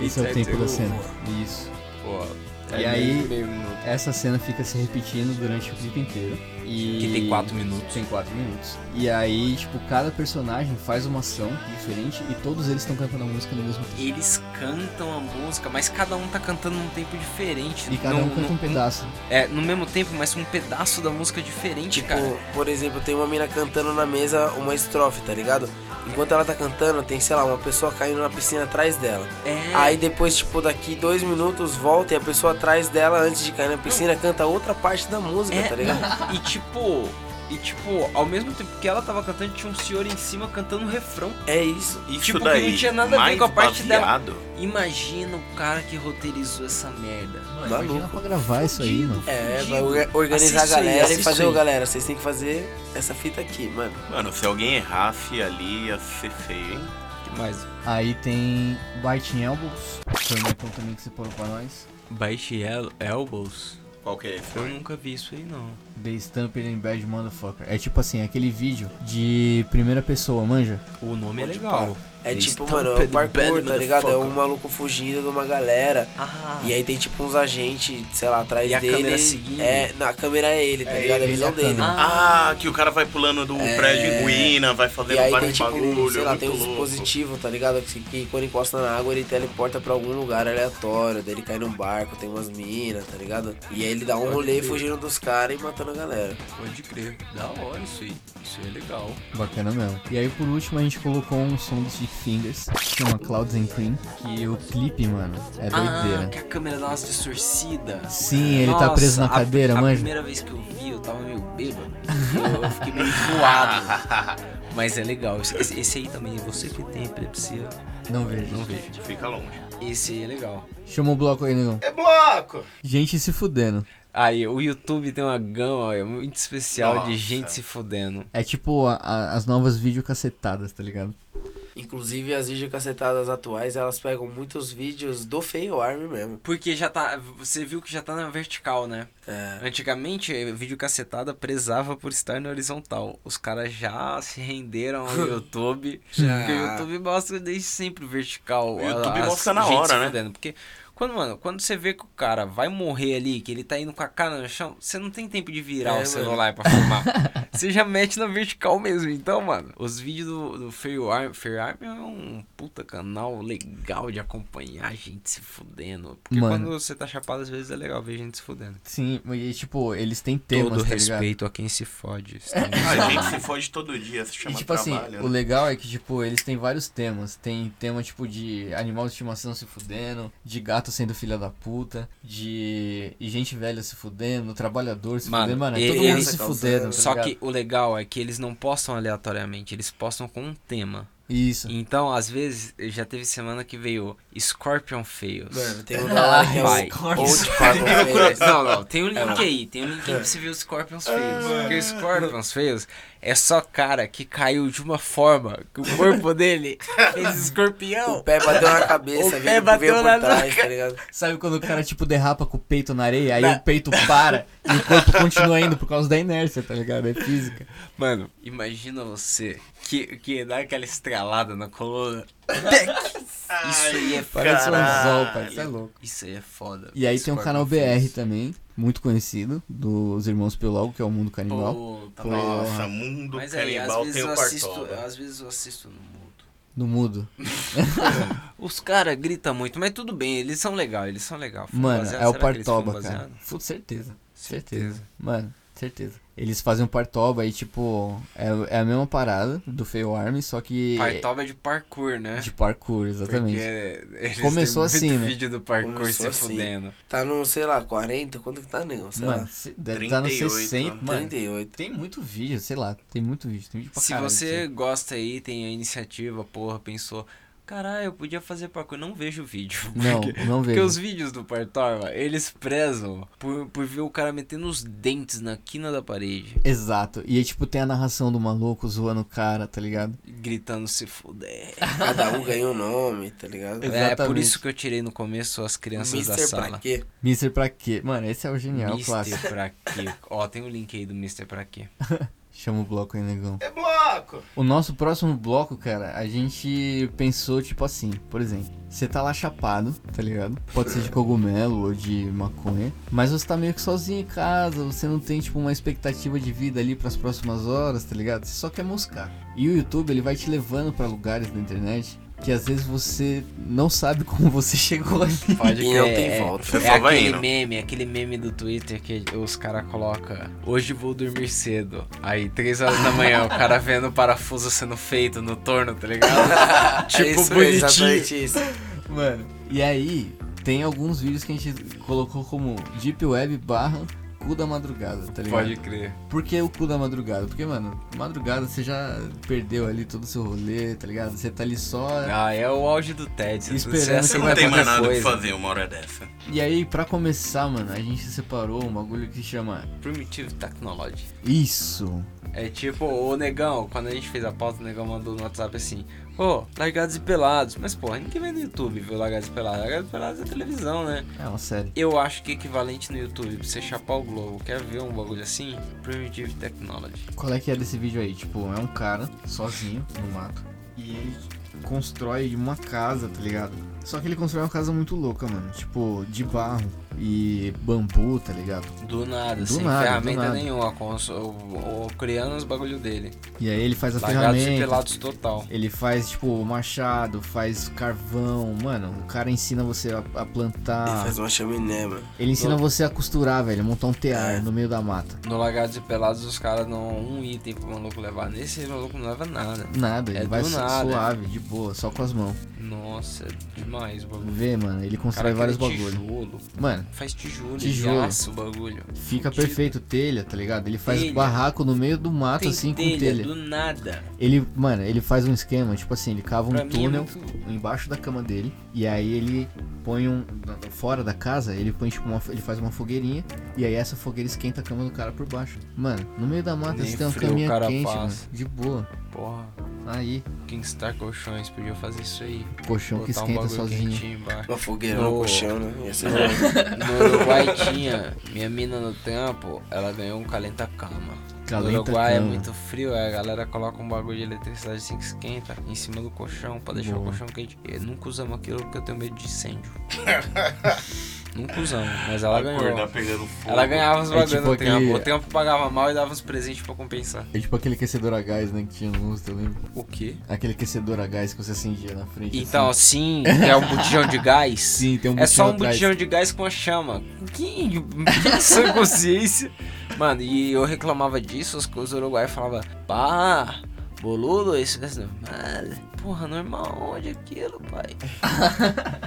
Speaker 2: Esse é o
Speaker 1: 27
Speaker 2: tempo da
Speaker 1: segundos.
Speaker 2: cena. Isso.
Speaker 1: Pô,
Speaker 2: E aí-
Speaker 1: meio- meio minuto.
Speaker 2: Essa cena fica se repetindo durante o clipe inteiro. E...
Speaker 1: Que tem 4 minutos.
Speaker 2: Tem 4 minutos. E aí, tipo, cada personagem faz uma ação diferente e todos eles estão cantando a música no mesmo tempo.
Speaker 1: Eles cantam a música, mas cada um tá cantando num tempo diferente.
Speaker 2: E cada
Speaker 1: Não-
Speaker 2: um canta um
Speaker 1: não-
Speaker 2: pedaço.
Speaker 1: É, no mesmo tempo, mas um pedaço da música diferente,
Speaker 5: Tipo,
Speaker 1: cara.
Speaker 5: por exemplo, tem uma mina cantando na mesa uma estrofe, tá ligado? Enquanto ela tá cantando, tem, sei lá, uma pessoa caindo na piscina atrás dela.
Speaker 1: É.
Speaker 5: Aí depois, tipo, daqui dois minutos volta e a pessoa atrás dela, antes de cair na piscina, canta outra parte da música,
Speaker 1: Hum. É,
Speaker 5: tá ligado?
Speaker 1: não, E tipo. E tipo, ao mesmo tempo que ela tava cantando, tinha um senhor em cima cantando um refrão.
Speaker 5: É isso.
Speaker 3: Isso
Speaker 1: tipo, que não
Speaker 3: daí,
Speaker 1: tinha nada a ver
Speaker 3: mais
Speaker 1: com a parte dela.
Speaker 3: baseado,
Speaker 1: Imagina o cara que roteirizou essa merda.
Speaker 2: Imagina pra gravar isso aí, mano.
Speaker 5: Tá É,
Speaker 1: Fudido.
Speaker 5: vai orga- organizar
Speaker 1: Assiste
Speaker 5: a
Speaker 1: aí,
Speaker 5: galera e
Speaker 1: assiste
Speaker 5: fazer,
Speaker 1: aí.
Speaker 5: ô galera, vocês têm que fazer essa fita aqui, mano.
Speaker 3: Mano, se alguém errasse ali, ia ser feio, hein?
Speaker 1: Que mais?
Speaker 2: Aí tem Biting Elbows, foi um então também que você pôr pra nós.
Speaker 1: Baixe El Elbows.
Speaker 3: Qual que é esse?
Speaker 1: Eu nunca vi isso aí, não.
Speaker 2: The Stamper and Bad Motherfucker. É tipo assim, aquele vídeo de primeira pessoa, manja?
Speaker 1: O nome é legal.
Speaker 5: É
Speaker 1: Eles
Speaker 5: tipo,
Speaker 1: tão
Speaker 5: mano, é um
Speaker 1: pedindo
Speaker 5: parkour,
Speaker 1: bad
Speaker 5: tá ligado? É um
Speaker 1: motherfucker.
Speaker 5: maluco fugindo de uma galera.
Speaker 1: Ah,
Speaker 5: E aí tem tipo uns agentes, sei lá, atrás
Speaker 1: E a
Speaker 5: dele.
Speaker 1: câmera seguindo.
Speaker 5: É, na câmera é ele, tá ligado? É a
Speaker 2: ele,
Speaker 5: visão
Speaker 2: a
Speaker 5: dele.
Speaker 2: câmera.
Speaker 3: Ah, que o cara vai pulando do prédio em ruína, vai
Speaker 5: E aí
Speaker 3: fazendo
Speaker 5: tem
Speaker 3: vários
Speaker 5: tipo,
Speaker 3: bagulho, é
Speaker 5: sei lá,
Speaker 3: muito
Speaker 5: tem um
Speaker 3: louco.
Speaker 5: dispositivo, tá ligado? Que, que quando encosta na água ele teleporta pra algum lugar aleatório, daí ele cai num barco, tem umas minas, tá ligado? E aí ele dá um rolê fugindo dos caras e matando a galera.
Speaker 1: pode crer. Da hora isso aí. Isso aí é legal.
Speaker 2: Bacana mesmo. E aí por último a gente colocou um som dos Dick Fingers, que chama Clouds and Cream, que o clipe, mano, é
Speaker 1: Ah,
Speaker 2: doideira.
Speaker 1: que a câmera dá umas distorcidas.
Speaker 2: Sim, ele tá preso na
Speaker 1: Nossa, a-
Speaker 2: cadeira,
Speaker 1: a,
Speaker 2: manja.
Speaker 1: primeira vez que eu vi, eu tava meio bêbado. Eu, eu fiquei meio enjoado. Mas é legal. Esse, esse- esse aí também, você que tem epilepsia,
Speaker 2: Não vejo.
Speaker 1: não vejo.
Speaker 3: Fica longe.
Speaker 1: Esse aí é legal.
Speaker 2: Chama o bloco aí, negão.
Speaker 4: É bloco!
Speaker 2: Gente se fudendo.
Speaker 1: Aí, o YouTube tem uma gama é muito especial de
Speaker 3: Nossa.
Speaker 1: gente se fudendo.
Speaker 2: É tipo a- a- as novas videocacetadas, tá ligado?
Speaker 5: Inclusive as videocacetadas atuais, elas pegam muitos vídeos do Feio Army mesmo.
Speaker 1: Porque já tá. Você viu que já tá na vertical, né?
Speaker 5: É.
Speaker 1: Antigamente, eh, vídeo cacetada prezava por estar na horizontal. Os caras já se renderam ao YouTube. Porque o YouTube mostra desde sempre vertical.
Speaker 3: O YouTube
Speaker 1: as
Speaker 3: mostra na
Speaker 1: gente
Speaker 3: hora,
Speaker 1: se
Speaker 3: né?
Speaker 1: fudendo, porque Quando, mano, quando você vê que o cara vai morrer ali, que ele tá indo com a cara no chão, você não tem tempo de virar
Speaker 5: É,
Speaker 1: o celular pra filmar. você já mete na vertical mesmo. Então, mano, os vídeos do, do Firearm, Firearm é um puta canal legal de acompanhar gente se fudendo. Porque
Speaker 2: Mano.
Speaker 1: quando você tá chapado, às vezes é legal ver gente se fudendo.
Speaker 2: Sim, e tipo, eles têm temas,
Speaker 1: Todo
Speaker 2: tá ligado?
Speaker 1: respeito a quem se fode. tá Isso tem-
Speaker 3: A Ah, gente se fode todo dia, se
Speaker 2: E
Speaker 3: chama
Speaker 2: tipo assim,
Speaker 3: trabalho.
Speaker 2: o
Speaker 3: né?
Speaker 2: legal é que, tipo, eles têm vários temas. Tem tema, tipo, de animal de estimação se fudendo, de gato sendo filha da puta, de e gente velha se fudendo, trabalhador se
Speaker 1: Mano,
Speaker 2: fudendo, mano. É
Speaker 1: e-
Speaker 2: todo
Speaker 1: e-
Speaker 2: mundo se
Speaker 5: calça-
Speaker 2: fudendo, tá
Speaker 1: Só
Speaker 2: ligado?
Speaker 1: que o legal é que eles não postam aleatoriamente, eles postam com um tema.
Speaker 2: Isso.
Speaker 1: Então, às vezes, já teve semana que veio Scorpion Fails.
Speaker 5: Mano, tem um lá que é
Speaker 1: Vai.
Speaker 5: o Old Farm Affairs.
Speaker 1: Não, não, tem
Speaker 2: É,
Speaker 1: um link aí, tem um link aí pra você ver os Scorpions
Speaker 3: É,
Speaker 1: Fails. Porque os Scorpions Fails é só cara que caiu de uma forma que o corpo dele fez
Speaker 5: O
Speaker 1: escorpião.
Speaker 5: pé bateu na cabeça,
Speaker 1: O
Speaker 5: veio,
Speaker 1: pé bateu
Speaker 5: veio por
Speaker 1: na
Speaker 5: trás, tá ligado?
Speaker 2: Sabe quando o cara, tipo, derrapa com o peito na areia, aí o peito para e o corpo continua indo por causa da inércia, tá ligado? É física.
Speaker 1: Mano, imagina você que, que dá aquela estralada na coluna. Isso aí é
Speaker 2: Parece
Speaker 3: Caralho.
Speaker 2: um anzol, pai. Isso é louco.
Speaker 1: Isso aí é foda.
Speaker 2: E aí tem um
Speaker 1: Scorpion
Speaker 2: canal BR
Speaker 1: Fails.
Speaker 2: também, muito conhecido, dos irmãos Piologo, que é o Mundo Canibal.
Speaker 1: Pô, tá
Speaker 2: Pô,
Speaker 1: bom.
Speaker 3: Nossa, mundo
Speaker 1: Mas aí, às
Speaker 3: canibal
Speaker 1: vezes,
Speaker 3: tem
Speaker 1: eu
Speaker 3: o né?
Speaker 1: assisto,
Speaker 3: Cartola.
Speaker 1: às vezes eu assisto no mudo.
Speaker 2: No mudo.
Speaker 1: Os caras gritam muito, mas tudo bem, eles são legal, eles são legal. Fumo
Speaker 2: Mano,
Speaker 1: baseado,
Speaker 2: é o
Speaker 1: será que eles
Speaker 2: Partoba,
Speaker 1: fumam
Speaker 2: cara.
Speaker 1: baseado?
Speaker 2: Futo, certeza.
Speaker 1: Certeza.
Speaker 2: Mano, certeza. Eles fazem um Partoba e, tipo, é, é a mesma parada do Fail Army, só que.
Speaker 1: Partoba é de parkour, né?
Speaker 2: De parkour, exatamente.
Speaker 1: Porque é, eles
Speaker 2: Começou
Speaker 1: têm muito
Speaker 2: assim, né?
Speaker 1: vídeo do parkour
Speaker 5: Começou
Speaker 1: se
Speaker 5: assim.
Speaker 1: fudendo.
Speaker 5: Tá no, sei lá, 40? Quanto que tá, nego? Sei
Speaker 2: Mano,
Speaker 5: lá.
Speaker 2: se- deve estar no
Speaker 3: 38,
Speaker 5: né?
Speaker 2: 60. Mano,
Speaker 5: 38.
Speaker 2: tem muito vídeo, sei lá. Tem muito vídeo. Tem vídeo pra
Speaker 1: Se
Speaker 2: caralho,
Speaker 1: você
Speaker 2: assim.
Speaker 1: gosta aí, tem a iniciativa, porra, pensou... Caralho, eu podia fazer parkour. Não vejo o vídeo.
Speaker 2: Não,
Speaker 1: porque-
Speaker 2: não
Speaker 1: Porque
Speaker 2: vejo.
Speaker 1: os vídeos do Partorba, eles prezam por, por ver o cara metendo os dentes na quina da parede,
Speaker 2: Exato. E aí, tipo, tem a narração do maluco zoando o cara, tá ligado?
Speaker 1: gritando se fuder.
Speaker 5: Cada um ganha um nome, tá ligado?
Speaker 2: É,
Speaker 1: É, por
Speaker 2: Exatamente.
Speaker 1: isso que eu tirei no começo as crianças da
Speaker 5: Mister pra
Speaker 1: sala.
Speaker 5: quê?
Speaker 2: Mister pra quê? Mano, esse é o genial, o clássico.
Speaker 1: Mister pra quê? Ó, tem o link aí do Mister pra quê?
Speaker 2: Chama o bloco aí, negão.
Speaker 3: É bloco!
Speaker 2: O nosso próximo bloco, cara, a gente pensou tipo assim, por exemplo, você tá lá chapado, tá ligado? Pode ser de cogumelo ou de maconha, mas você tá meio que sozinho em casa, você não tem tipo uma expectativa de vida ali pras próximas horas, tá ligado? Você só quer moscar. E o YouTube, ele vai te levando pra lugares na internet que às vezes você não sabe como você chegou ali.
Speaker 1: Pode
Speaker 5: E não tem volta.
Speaker 3: Você
Speaker 1: É
Speaker 3: só vai
Speaker 1: aquele
Speaker 3: indo.
Speaker 1: meme, aquele meme do Twitter que os caras colocam Hoje vou dormir cedo. Aí, três horas da manhã, o cara vendo o parafuso sendo feito no torno, tá ligado?
Speaker 5: É
Speaker 1: tipo,
Speaker 5: isso mesmo,
Speaker 1: bonitinho.
Speaker 5: exatamente isso.
Speaker 2: Mano, e aí tem alguns vídeos que a gente colocou como Deep Web barra cu da madrugada, tá ligado?
Speaker 1: Pode crer.
Speaker 2: Por que o cu da madrugada? Porque, mano, madrugada você já perdeu ali todo o seu rolê, tá ligado? Você tá ali só.
Speaker 1: Ah, é o auge do TED. Você é
Speaker 2: Esperando
Speaker 1: você
Speaker 2: que
Speaker 3: Você
Speaker 1: acessa
Speaker 3: não tem mais
Speaker 1: qualquer
Speaker 3: nada o que
Speaker 1: coisa.
Speaker 3: fazer uma hora dessa.
Speaker 2: E aí, pra começar, mano, a gente separou um bagulho que chama
Speaker 1: Primitive Technology.
Speaker 2: Isso.
Speaker 1: É tipo, o negão, quando a gente fez a pauta, o negão mandou no WhatsApp assim: Ô, largados e pelados. Mas porra, ninguém vê no YouTube, viu? Largados e pelados. Largados e pelados é televisão, né?
Speaker 2: É uma série.
Speaker 1: Eu acho que equivalente no YouTube, pra você chapar o Globo, quer ver um bagulho assim? Primitive Technology.
Speaker 2: Qual é que é desse vídeo aí? Tipo, é um cara sozinho no mato e ele constrói uma casa, tá ligado? Só que ele constrói uma casa muito louca, mano. Tipo, de barro e bambu, tá ligado?
Speaker 1: Do nada,
Speaker 2: Do
Speaker 1: sem
Speaker 2: nada, do
Speaker 1: ferramenta
Speaker 2: nada.
Speaker 1: nenhuma, com os- o- o- criando os bagulho dele.
Speaker 2: E aí ele faz a
Speaker 1: Largados e
Speaker 2: ferramenta.
Speaker 1: pelados total.
Speaker 2: Ele faz, tipo, machado, faz carvão, mano. O cara ensina você a, a
Speaker 5: Ele
Speaker 2: plantar.
Speaker 5: faz uma chaminé, mano.
Speaker 2: Ele ensina você a costurar, velho, montar um tear
Speaker 5: É.
Speaker 2: no meio da mata.
Speaker 1: No Largados e Pelados, os caras dão um item pro maluco levar. Nesse maluco não leva nada.
Speaker 2: Nada,
Speaker 1: É
Speaker 2: ele vai
Speaker 1: do
Speaker 2: su-
Speaker 1: nada.
Speaker 2: suave, de boa, só com as mãos.
Speaker 1: Nossa, é demais o bagulho.
Speaker 2: Vê, mano, ele
Speaker 1: O
Speaker 2: constrói
Speaker 1: cria
Speaker 2: vários bagulhos.
Speaker 1: tijolo,
Speaker 2: Mano,
Speaker 1: Faz tijolo,
Speaker 2: Tijolo.
Speaker 1: tijolo. aço o bagulho.
Speaker 2: fica
Speaker 1: Fudido.
Speaker 2: perfeito telha, tá ligado? Ele faz
Speaker 1: Telha.
Speaker 2: barraco no meio do mato,
Speaker 1: Tem
Speaker 2: assim,
Speaker 1: telha,
Speaker 2: com telha.
Speaker 1: do nada.
Speaker 2: Ele, mano, ele faz um esquema, tipo assim, ele cava um
Speaker 1: pra mim é
Speaker 2: túnel
Speaker 1: muito...
Speaker 2: embaixo da cama dele e aí ele põe um fora da casa, ele põe tipo uma, ele faz uma fogueirinha e aí essa fogueira esquenta a cama do cara por baixo. Mano, no meio da mata
Speaker 1: Nem
Speaker 2: você tem uma
Speaker 1: frio o
Speaker 2: caminha
Speaker 1: cara
Speaker 2: quente,
Speaker 1: passa.
Speaker 2: mano, de boa.
Speaker 1: Porra,
Speaker 2: Aí,
Speaker 1: Kingstar Colchões podia fazer isso aí.
Speaker 2: colchão que
Speaker 1: Botar um
Speaker 2: esquenta
Speaker 1: bagulho
Speaker 2: sozinho.
Speaker 1: quentinho embaixo.
Speaker 5: Uma fogueira
Speaker 1: Oh.
Speaker 5: no colchão, né? Ia ser
Speaker 1: No Uruguai tinha, minha mina no trampo, ela ganhou um calenta-cama. No
Speaker 2: Calenta a
Speaker 1: Uruguai é
Speaker 2: cama.
Speaker 1: muito frio, aí a galera coloca um bagulho de eletricidade assim que esquenta em cima do colchão pra deixar o
Speaker 2: Boa.
Speaker 1: colchão quente. Eu nunca usamos aquilo porque eu tenho medo de incêndio. nunca usamos, mas ela
Speaker 3: Acordar
Speaker 1: ganhou.
Speaker 3: pegando fogo.
Speaker 1: Ela ganhava os
Speaker 2: É
Speaker 1: bagulhos
Speaker 2: tipo
Speaker 1: no trampo.
Speaker 2: aquele-
Speaker 1: O trampo pagava mal e dava uns presentes pra compensar.
Speaker 2: É tipo aquele aquecedor a gás, né? Que tinha no Lustre, eu lembro.
Speaker 1: O quê?
Speaker 2: Aquele aquecedor a gás que você acendia na frente.
Speaker 1: Então,
Speaker 2: assim.
Speaker 1: sim, é um botijão de gás.
Speaker 2: Sim, tem um
Speaker 1: É só um
Speaker 2: atrás.
Speaker 1: botijão de gás com a chama. Que, que sã consciência. Mano, e eu reclamava disso, os, os uruguaios falavam, pá, boludo, isso é normal. Porra, normal, onde é aquilo, pai?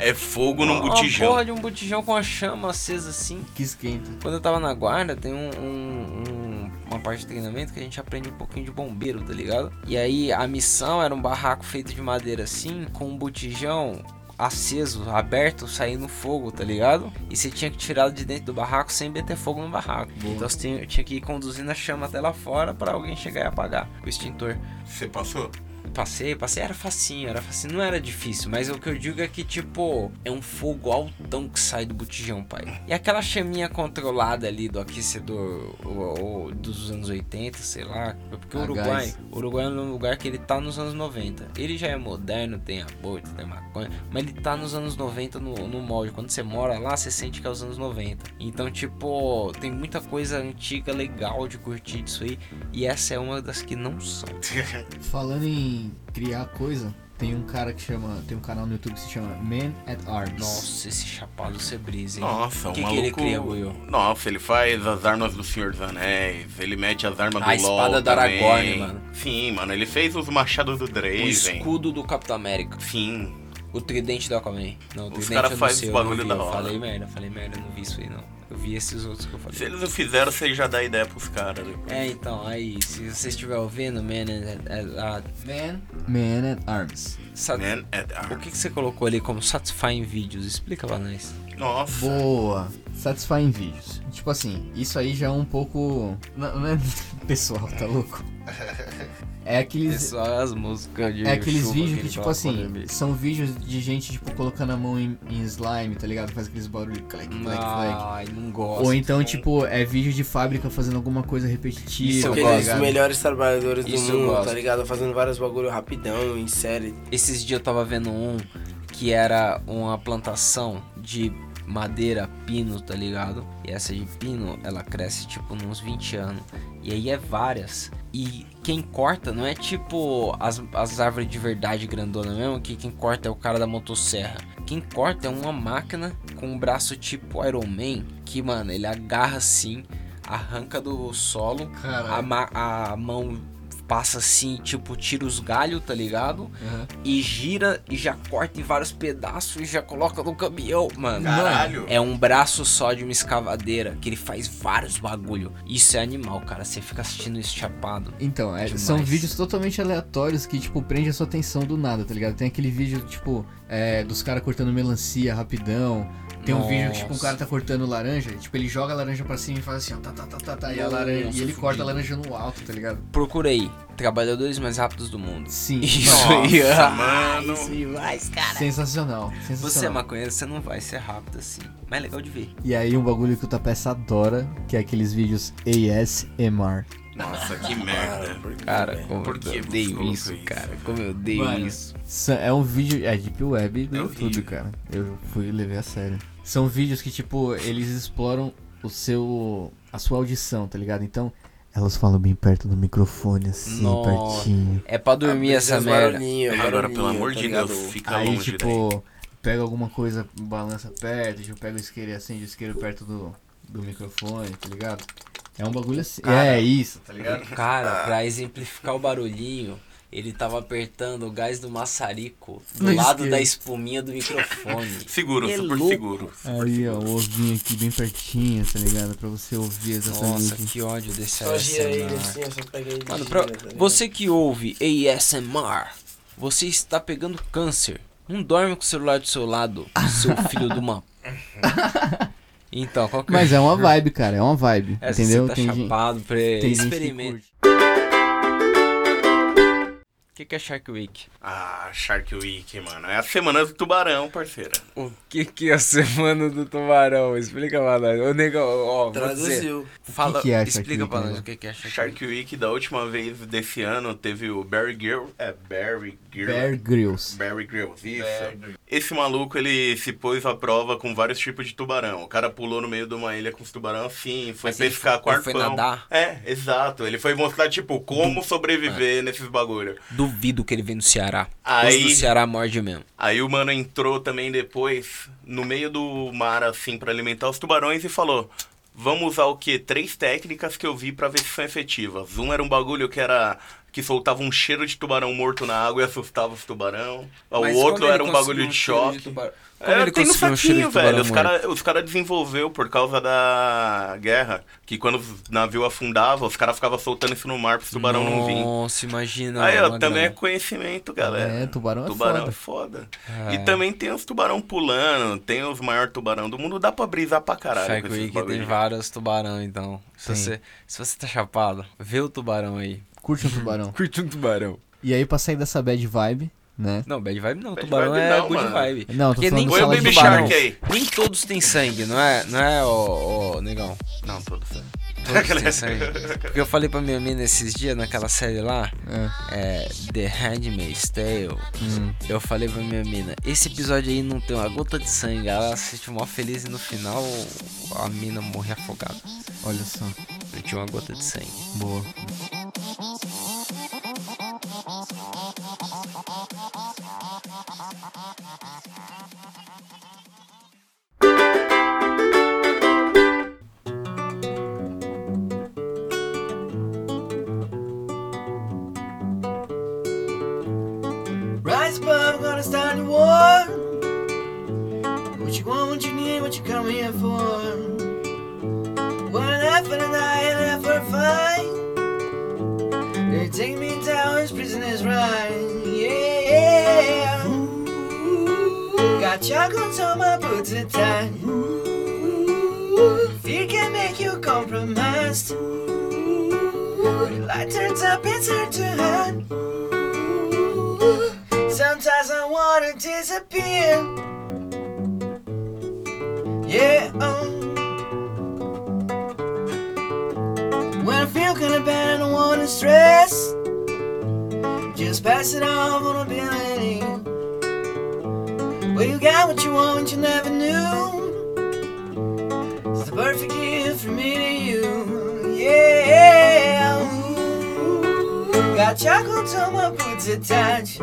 Speaker 3: É fogo Tipo
Speaker 1: Uma
Speaker 3: num botijão.
Speaker 1: porra de um botijão com a chama acesa assim.
Speaker 2: Que esquenta.
Speaker 1: Quando eu tava na guarda, tem um- um- um- uma parte de treinamento que a gente aprende um pouquinho de bombeiro, tá ligado? E aí a missão era um barraco feito de madeira assim, com um botijão aceso, aberto, saindo fogo, tá ligado? E você tinha que tirar de dentro do barraco sem meter fogo no barraco.
Speaker 2: Boa.
Speaker 1: Então você tinha, tinha que ir conduzindo a chama até lá fora pra alguém chegar e apagar com o extintor.
Speaker 3: Você passou?
Speaker 1: Passei, passei, era facinho, era facinho, não era difícil, mas o que eu digo é que, tipo, é um fogo altão que sai do botijão, pai. E aquela chaminha controlada ali do aquecedor ou- ou dos anos 80, sei lá, porque o
Speaker 2: A
Speaker 1: Uruguai,
Speaker 2: gás.
Speaker 1: o Uruguai é um lugar que ele tá nos anos 90. Ele já é moderno, tem aborto, tem maconha, mas ele tá nos anos 90 no, no molde. Quando você mora lá, você sente que é os anos 90. Então, tipo, tem muita coisa antiga legal de curtir disso aí, e essa é uma das que não são.
Speaker 2: Falando em criar coisa, tem um cara que chama. Tem um canal no YouTube que se chama Man at Arms.
Speaker 1: Nossa, esse chapado você brisa, hein?
Speaker 3: Nossa,
Speaker 1: o
Speaker 3: o
Speaker 1: que, que
Speaker 3: maluco...
Speaker 1: ele cria, Will?
Speaker 3: Nossa, ele faz as armas do Senhor dos Anéis, ele mete as armas
Speaker 1: A
Speaker 3: do LoL
Speaker 1: espada do Aragorn,
Speaker 3: também.
Speaker 1: mano.
Speaker 3: Sim, mano, ele fez os machados do
Speaker 1: O
Speaker 3: Draven.
Speaker 1: escudo do Capitão América.
Speaker 3: Sim,
Speaker 1: O tridente do Aquaman. Não, o
Speaker 3: Os
Speaker 1: tridente
Speaker 3: cara
Speaker 1: eu não
Speaker 3: faz
Speaker 1: sei, eu
Speaker 3: os
Speaker 1: não
Speaker 3: bagulho
Speaker 1: vi,
Speaker 3: da
Speaker 1: eu
Speaker 3: hora.
Speaker 1: Falei merda, falei merda, eu não vi isso aí não. Eu vi esses outros que eu falei.
Speaker 3: se eles não fizeram, você já dá ideia pros caras. né? depois.
Speaker 1: É, então, aí, se você estiver ouvindo, man, é- é- a-
Speaker 2: Man. Man at Arms.
Speaker 1: sa-
Speaker 3: Man at Arms.
Speaker 1: o que, que você colocou ali como satisfying vídeos? Explica pra nós.
Speaker 3: Nossa.
Speaker 2: Boa. Satisfying vídeos. Tipo assim, isso aí já é um pouco. Não, não é pessoal, tá louco? É aqueles.
Speaker 1: Pessoal, as músicas de
Speaker 2: É aqueles
Speaker 1: chuva
Speaker 2: vídeos
Speaker 1: ele
Speaker 2: que, tipo
Speaker 1: coloca no
Speaker 2: assim,
Speaker 1: meio.
Speaker 2: são vídeos de gente, tipo, colocando a mão em, em slime, tá ligado? Faz aqueles barulhos, clack, clack, clack.
Speaker 1: Ai, não gosto.
Speaker 2: Ou então, tipo, é vídeo de fábrica fazendo alguma coisa
Speaker 1: Isso
Speaker 2: repetitiva,
Speaker 1: eu
Speaker 2: tá
Speaker 1: gosto.
Speaker 5: Aqueles
Speaker 2: ligado?
Speaker 5: melhores trabalhadores
Speaker 1: Isso eu
Speaker 5: do mundo,
Speaker 1: gosto.
Speaker 5: tá ligado? Fazendo vários bagulho rapidão, em série.
Speaker 1: Esses dias eu tava vendo um que era uma plantação de madeira, pino, tá ligado? E essa de pino, ela cresce tipo nos 20 anos. E aí é várias. E quem corta não é tipo as, as árvores de verdade grandona mesmo, que quem corta é o cara da motosserra. Quem corta é uma máquina com um braço tipo Iron Man, que, mano, ele agarra assim, arranca do solo, a,
Speaker 2: Caralho.
Speaker 1: ma- a mão passa assim, tipo, tira os galhos, tá ligado?
Speaker 2: Aham.
Speaker 1: E gira e já corta em vários pedaços e já coloca no caminhão, mano.
Speaker 3: Caralho.
Speaker 1: É um braço só de uma escavadeira que ele faz vários bagulho. Isso é animal, cara. Você fica assistindo isso chapado.
Speaker 2: Então, é-
Speaker 1: Demais.
Speaker 2: são vídeos totalmente aleatórios que, tipo, prende a sua atenção do nada, tá ligado? Tem aquele vídeo, tipo, é, dos caras cortando melancia rapidão. Tem um vídeo que, tipo, um
Speaker 1: Nossa.
Speaker 2: cara tá cortando laranja, e, tipo, ele joga a laranja pra cima e faz assim, ó, tá, tá, tá, tá, tá, e, a
Speaker 1: Nossa,
Speaker 2: laranja, e ele
Speaker 1: fudido.
Speaker 2: corta a laranja no alto, tá ligado?
Speaker 1: Procurei. Trabalhadores mais rápidos do mundo.
Speaker 2: Sim.
Speaker 1: Isso aí,
Speaker 3: Nossa,
Speaker 1: ah,
Speaker 3: mano.
Speaker 1: Isso aí, mais, cara.
Speaker 2: Sensacional, sensacional.
Speaker 1: Você é maconheiro, você não vai ser rápido assim. Mas é legal de ver.
Speaker 2: E aí, um bagulho que o Tapeça adora, que é aqueles vídeos ASMR.
Speaker 3: Nossa, que merda.
Speaker 1: Cara, como
Speaker 3: é. Por que
Speaker 1: eu
Speaker 3: você
Speaker 1: odeio
Speaker 3: colocou
Speaker 1: isso,
Speaker 3: isso?
Speaker 1: cara. Como eu odeio
Speaker 2: Mano,
Speaker 1: isso.
Speaker 2: Sa- É um vídeo. É Deep Web do
Speaker 3: É
Speaker 2: YouTube,
Speaker 3: horrível.
Speaker 2: cara. Eu fui levei a sério. São vídeos que, tipo, eles exploram o seu. a sua audição, tá ligado? Então. Elas falam bem perto do microfone, assim,
Speaker 1: Nossa.
Speaker 2: pertinho.
Speaker 1: É
Speaker 3: Ah,
Speaker 1: pra dormir essa merda.
Speaker 3: Agora, pelo amor
Speaker 5: tá
Speaker 3: de Deus, fica
Speaker 2: Aí,
Speaker 3: longe daí.
Speaker 2: tipo, pega alguma coisa, balança perto, tipo, pega o isqueiro e acende o isqueiro perto do, do microfone, tá ligado? É um bagulho assim.
Speaker 1: Cara.
Speaker 2: é isso, tá ligado?
Speaker 1: O
Speaker 3: Ah.
Speaker 1: cara, pra exemplificar o barulhinho, ele tava apertando o gás do maçarico do
Speaker 2: Não
Speaker 1: lado
Speaker 2: esquece.
Speaker 1: da espuminha do microfone.
Speaker 3: Seguro,
Speaker 1: É
Speaker 3: super
Speaker 1: louco.
Speaker 3: seguro.
Speaker 2: Aí, ó, o ovinho aqui bem pertinho, tá ligado? Pra você ouvir exatamente.
Speaker 1: Nossa, que ódio desse
Speaker 5: Só gira ele
Speaker 1: ASMR.
Speaker 5: assim, ó, só pega ele. e
Speaker 1: Mano,
Speaker 5: gira,
Speaker 1: pra-
Speaker 5: tá ligado?
Speaker 1: você que ouve ASMR, você está pegando câncer. Não dorme com o celular do seu lado, seu filho de uma... Então, qual que
Speaker 2: Mas é uma vibe, cara, é uma vibe.
Speaker 1: Essa
Speaker 2: entendeu?
Speaker 1: Você tá chapado, pre...
Speaker 2: tem gente que
Speaker 1: experimenta.
Speaker 2: curte.
Speaker 1: que, que é Shark Week?
Speaker 3: Ah, Shark Week, mano. É a semana do tubarão, parceira.
Speaker 1: O que que é a semana do tubarão? Explica pra nós. Ô, negão, ó, vou dizer.
Speaker 5: Traduziu.
Speaker 1: Fala,
Speaker 2: que que é Shark
Speaker 1: explica
Speaker 2: Week,
Speaker 1: pra
Speaker 2: né?
Speaker 1: nós o que que é Shark,
Speaker 3: Shark Week da última vez desse ano teve o Barry Girl. É, Barry Girl.
Speaker 2: Bear Grylls.
Speaker 3: Barry Grylls, isso. Esse maluco, ele se pôs à prova com vários tipos de tubarão. O cara pulou no meio de uma ilha com os tubarão assim, foi
Speaker 1: Mas ele
Speaker 3: pescar
Speaker 1: foi-
Speaker 3: com
Speaker 1: ele foi
Speaker 3: arpão.
Speaker 1: nadar?
Speaker 3: É, exato. Ele foi mostrar, tipo, como sobreviver nesses bagulho.
Speaker 1: Week. Duvido que ele vem do Ceará.
Speaker 3: Aí-
Speaker 1: Os do Ceará morde mesmo.
Speaker 3: Aí o mano entrou também depois no meio do mar, assim, pra alimentar os tubarões e falou: Vamos usar o quê? Três técnicas que eu vi pra ver se são efetivas. Um era um bagulho que era. que soltava um cheiro de tubarão morto na água e assustava os tubarão. O outro era um bagulho de choque.
Speaker 1: Como
Speaker 3: É,
Speaker 1: ele
Speaker 3: tem no
Speaker 1: conseguiu um cheiro
Speaker 3: saquinho,
Speaker 1: de tubarão
Speaker 3: velho. Os
Speaker 1: morto?
Speaker 3: caras os cara é desenvolveu por causa da guerra. Que quando os navios afundavam, os caras ficavam soltando isso no mar pros tubarão não virem.
Speaker 1: Nossa, imagina.
Speaker 3: Aí, ó,
Speaker 1: uma
Speaker 3: também é
Speaker 1: grana.
Speaker 3: conhecimento, galera.
Speaker 2: É, tubarão é foda.
Speaker 3: Tubarão é foda.
Speaker 1: É.
Speaker 3: E também tem os tubarão pulando, tem os maiores tubarão do mundo. Dá pra brisar pra caralho.
Speaker 1: Shark
Speaker 3: com esses
Speaker 1: Week
Speaker 3: bagulho.
Speaker 1: tem vários tubarão, então. Se
Speaker 2: Tem.
Speaker 1: você, se você tá chapado, vê o tubarão aí.
Speaker 2: Curte um tubarão.
Speaker 1: Curte um tubarão.
Speaker 2: E aí, pra sair dessa bad vibe, né?
Speaker 1: Não, bad vibe não.
Speaker 3: Bad
Speaker 1: tubarão
Speaker 3: vibe
Speaker 1: é
Speaker 3: não,
Speaker 1: good
Speaker 3: mano.
Speaker 1: vibe.
Speaker 2: Não, tô
Speaker 1: Porque
Speaker 2: falando
Speaker 1: nem
Speaker 2: de
Speaker 3: Põe o
Speaker 2: sala de
Speaker 3: Baby
Speaker 2: tubarão.
Speaker 3: Shark aí.
Speaker 1: Nem todos têm sangue, não é, não é o, negão?
Speaker 3: Não, tudo certo.
Speaker 1: Todos têm sangue. Porque eu falei pra minha mina esses dias, naquela série lá,
Speaker 2: É.
Speaker 1: é, The Handmaid's Tale,
Speaker 2: Hum.
Speaker 1: eu falei pra minha mina, esse episódio aí não tem uma gota de sangue, ela se sentiu mó feliz e no final a mina morre afogada.
Speaker 2: Olha só.
Speaker 1: Não tinha uma gota de sangue.
Speaker 2: Boa.
Speaker 4: Rise above, we're gonna start a war. What you want, what you need, what you come here for. One half and an eye and half for a fight. They take me in towers, prisoners right. Yeah. Got chocolates on my boots and tie. Fear can make you compromised. When light turns up, it's hard to hide. Sometimes I wanna disappear. Yeah. um. When I feel kinda bad, I don't wanna stress. Just pass it off on ability. Well, you got what you want, what you never knew. It's the perfect gift from me to you. Yeah. Got chocolates on my boots attached.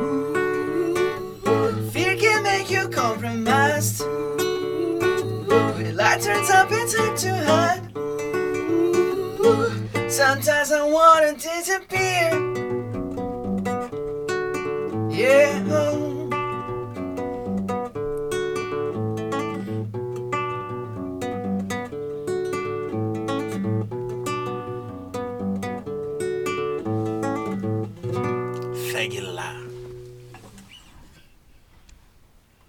Speaker 4: Fear can make you compromised. When light turns up, it's hard to hide. Sometimes I wanna disappear. Yeah.
Speaker 3: Segue lá.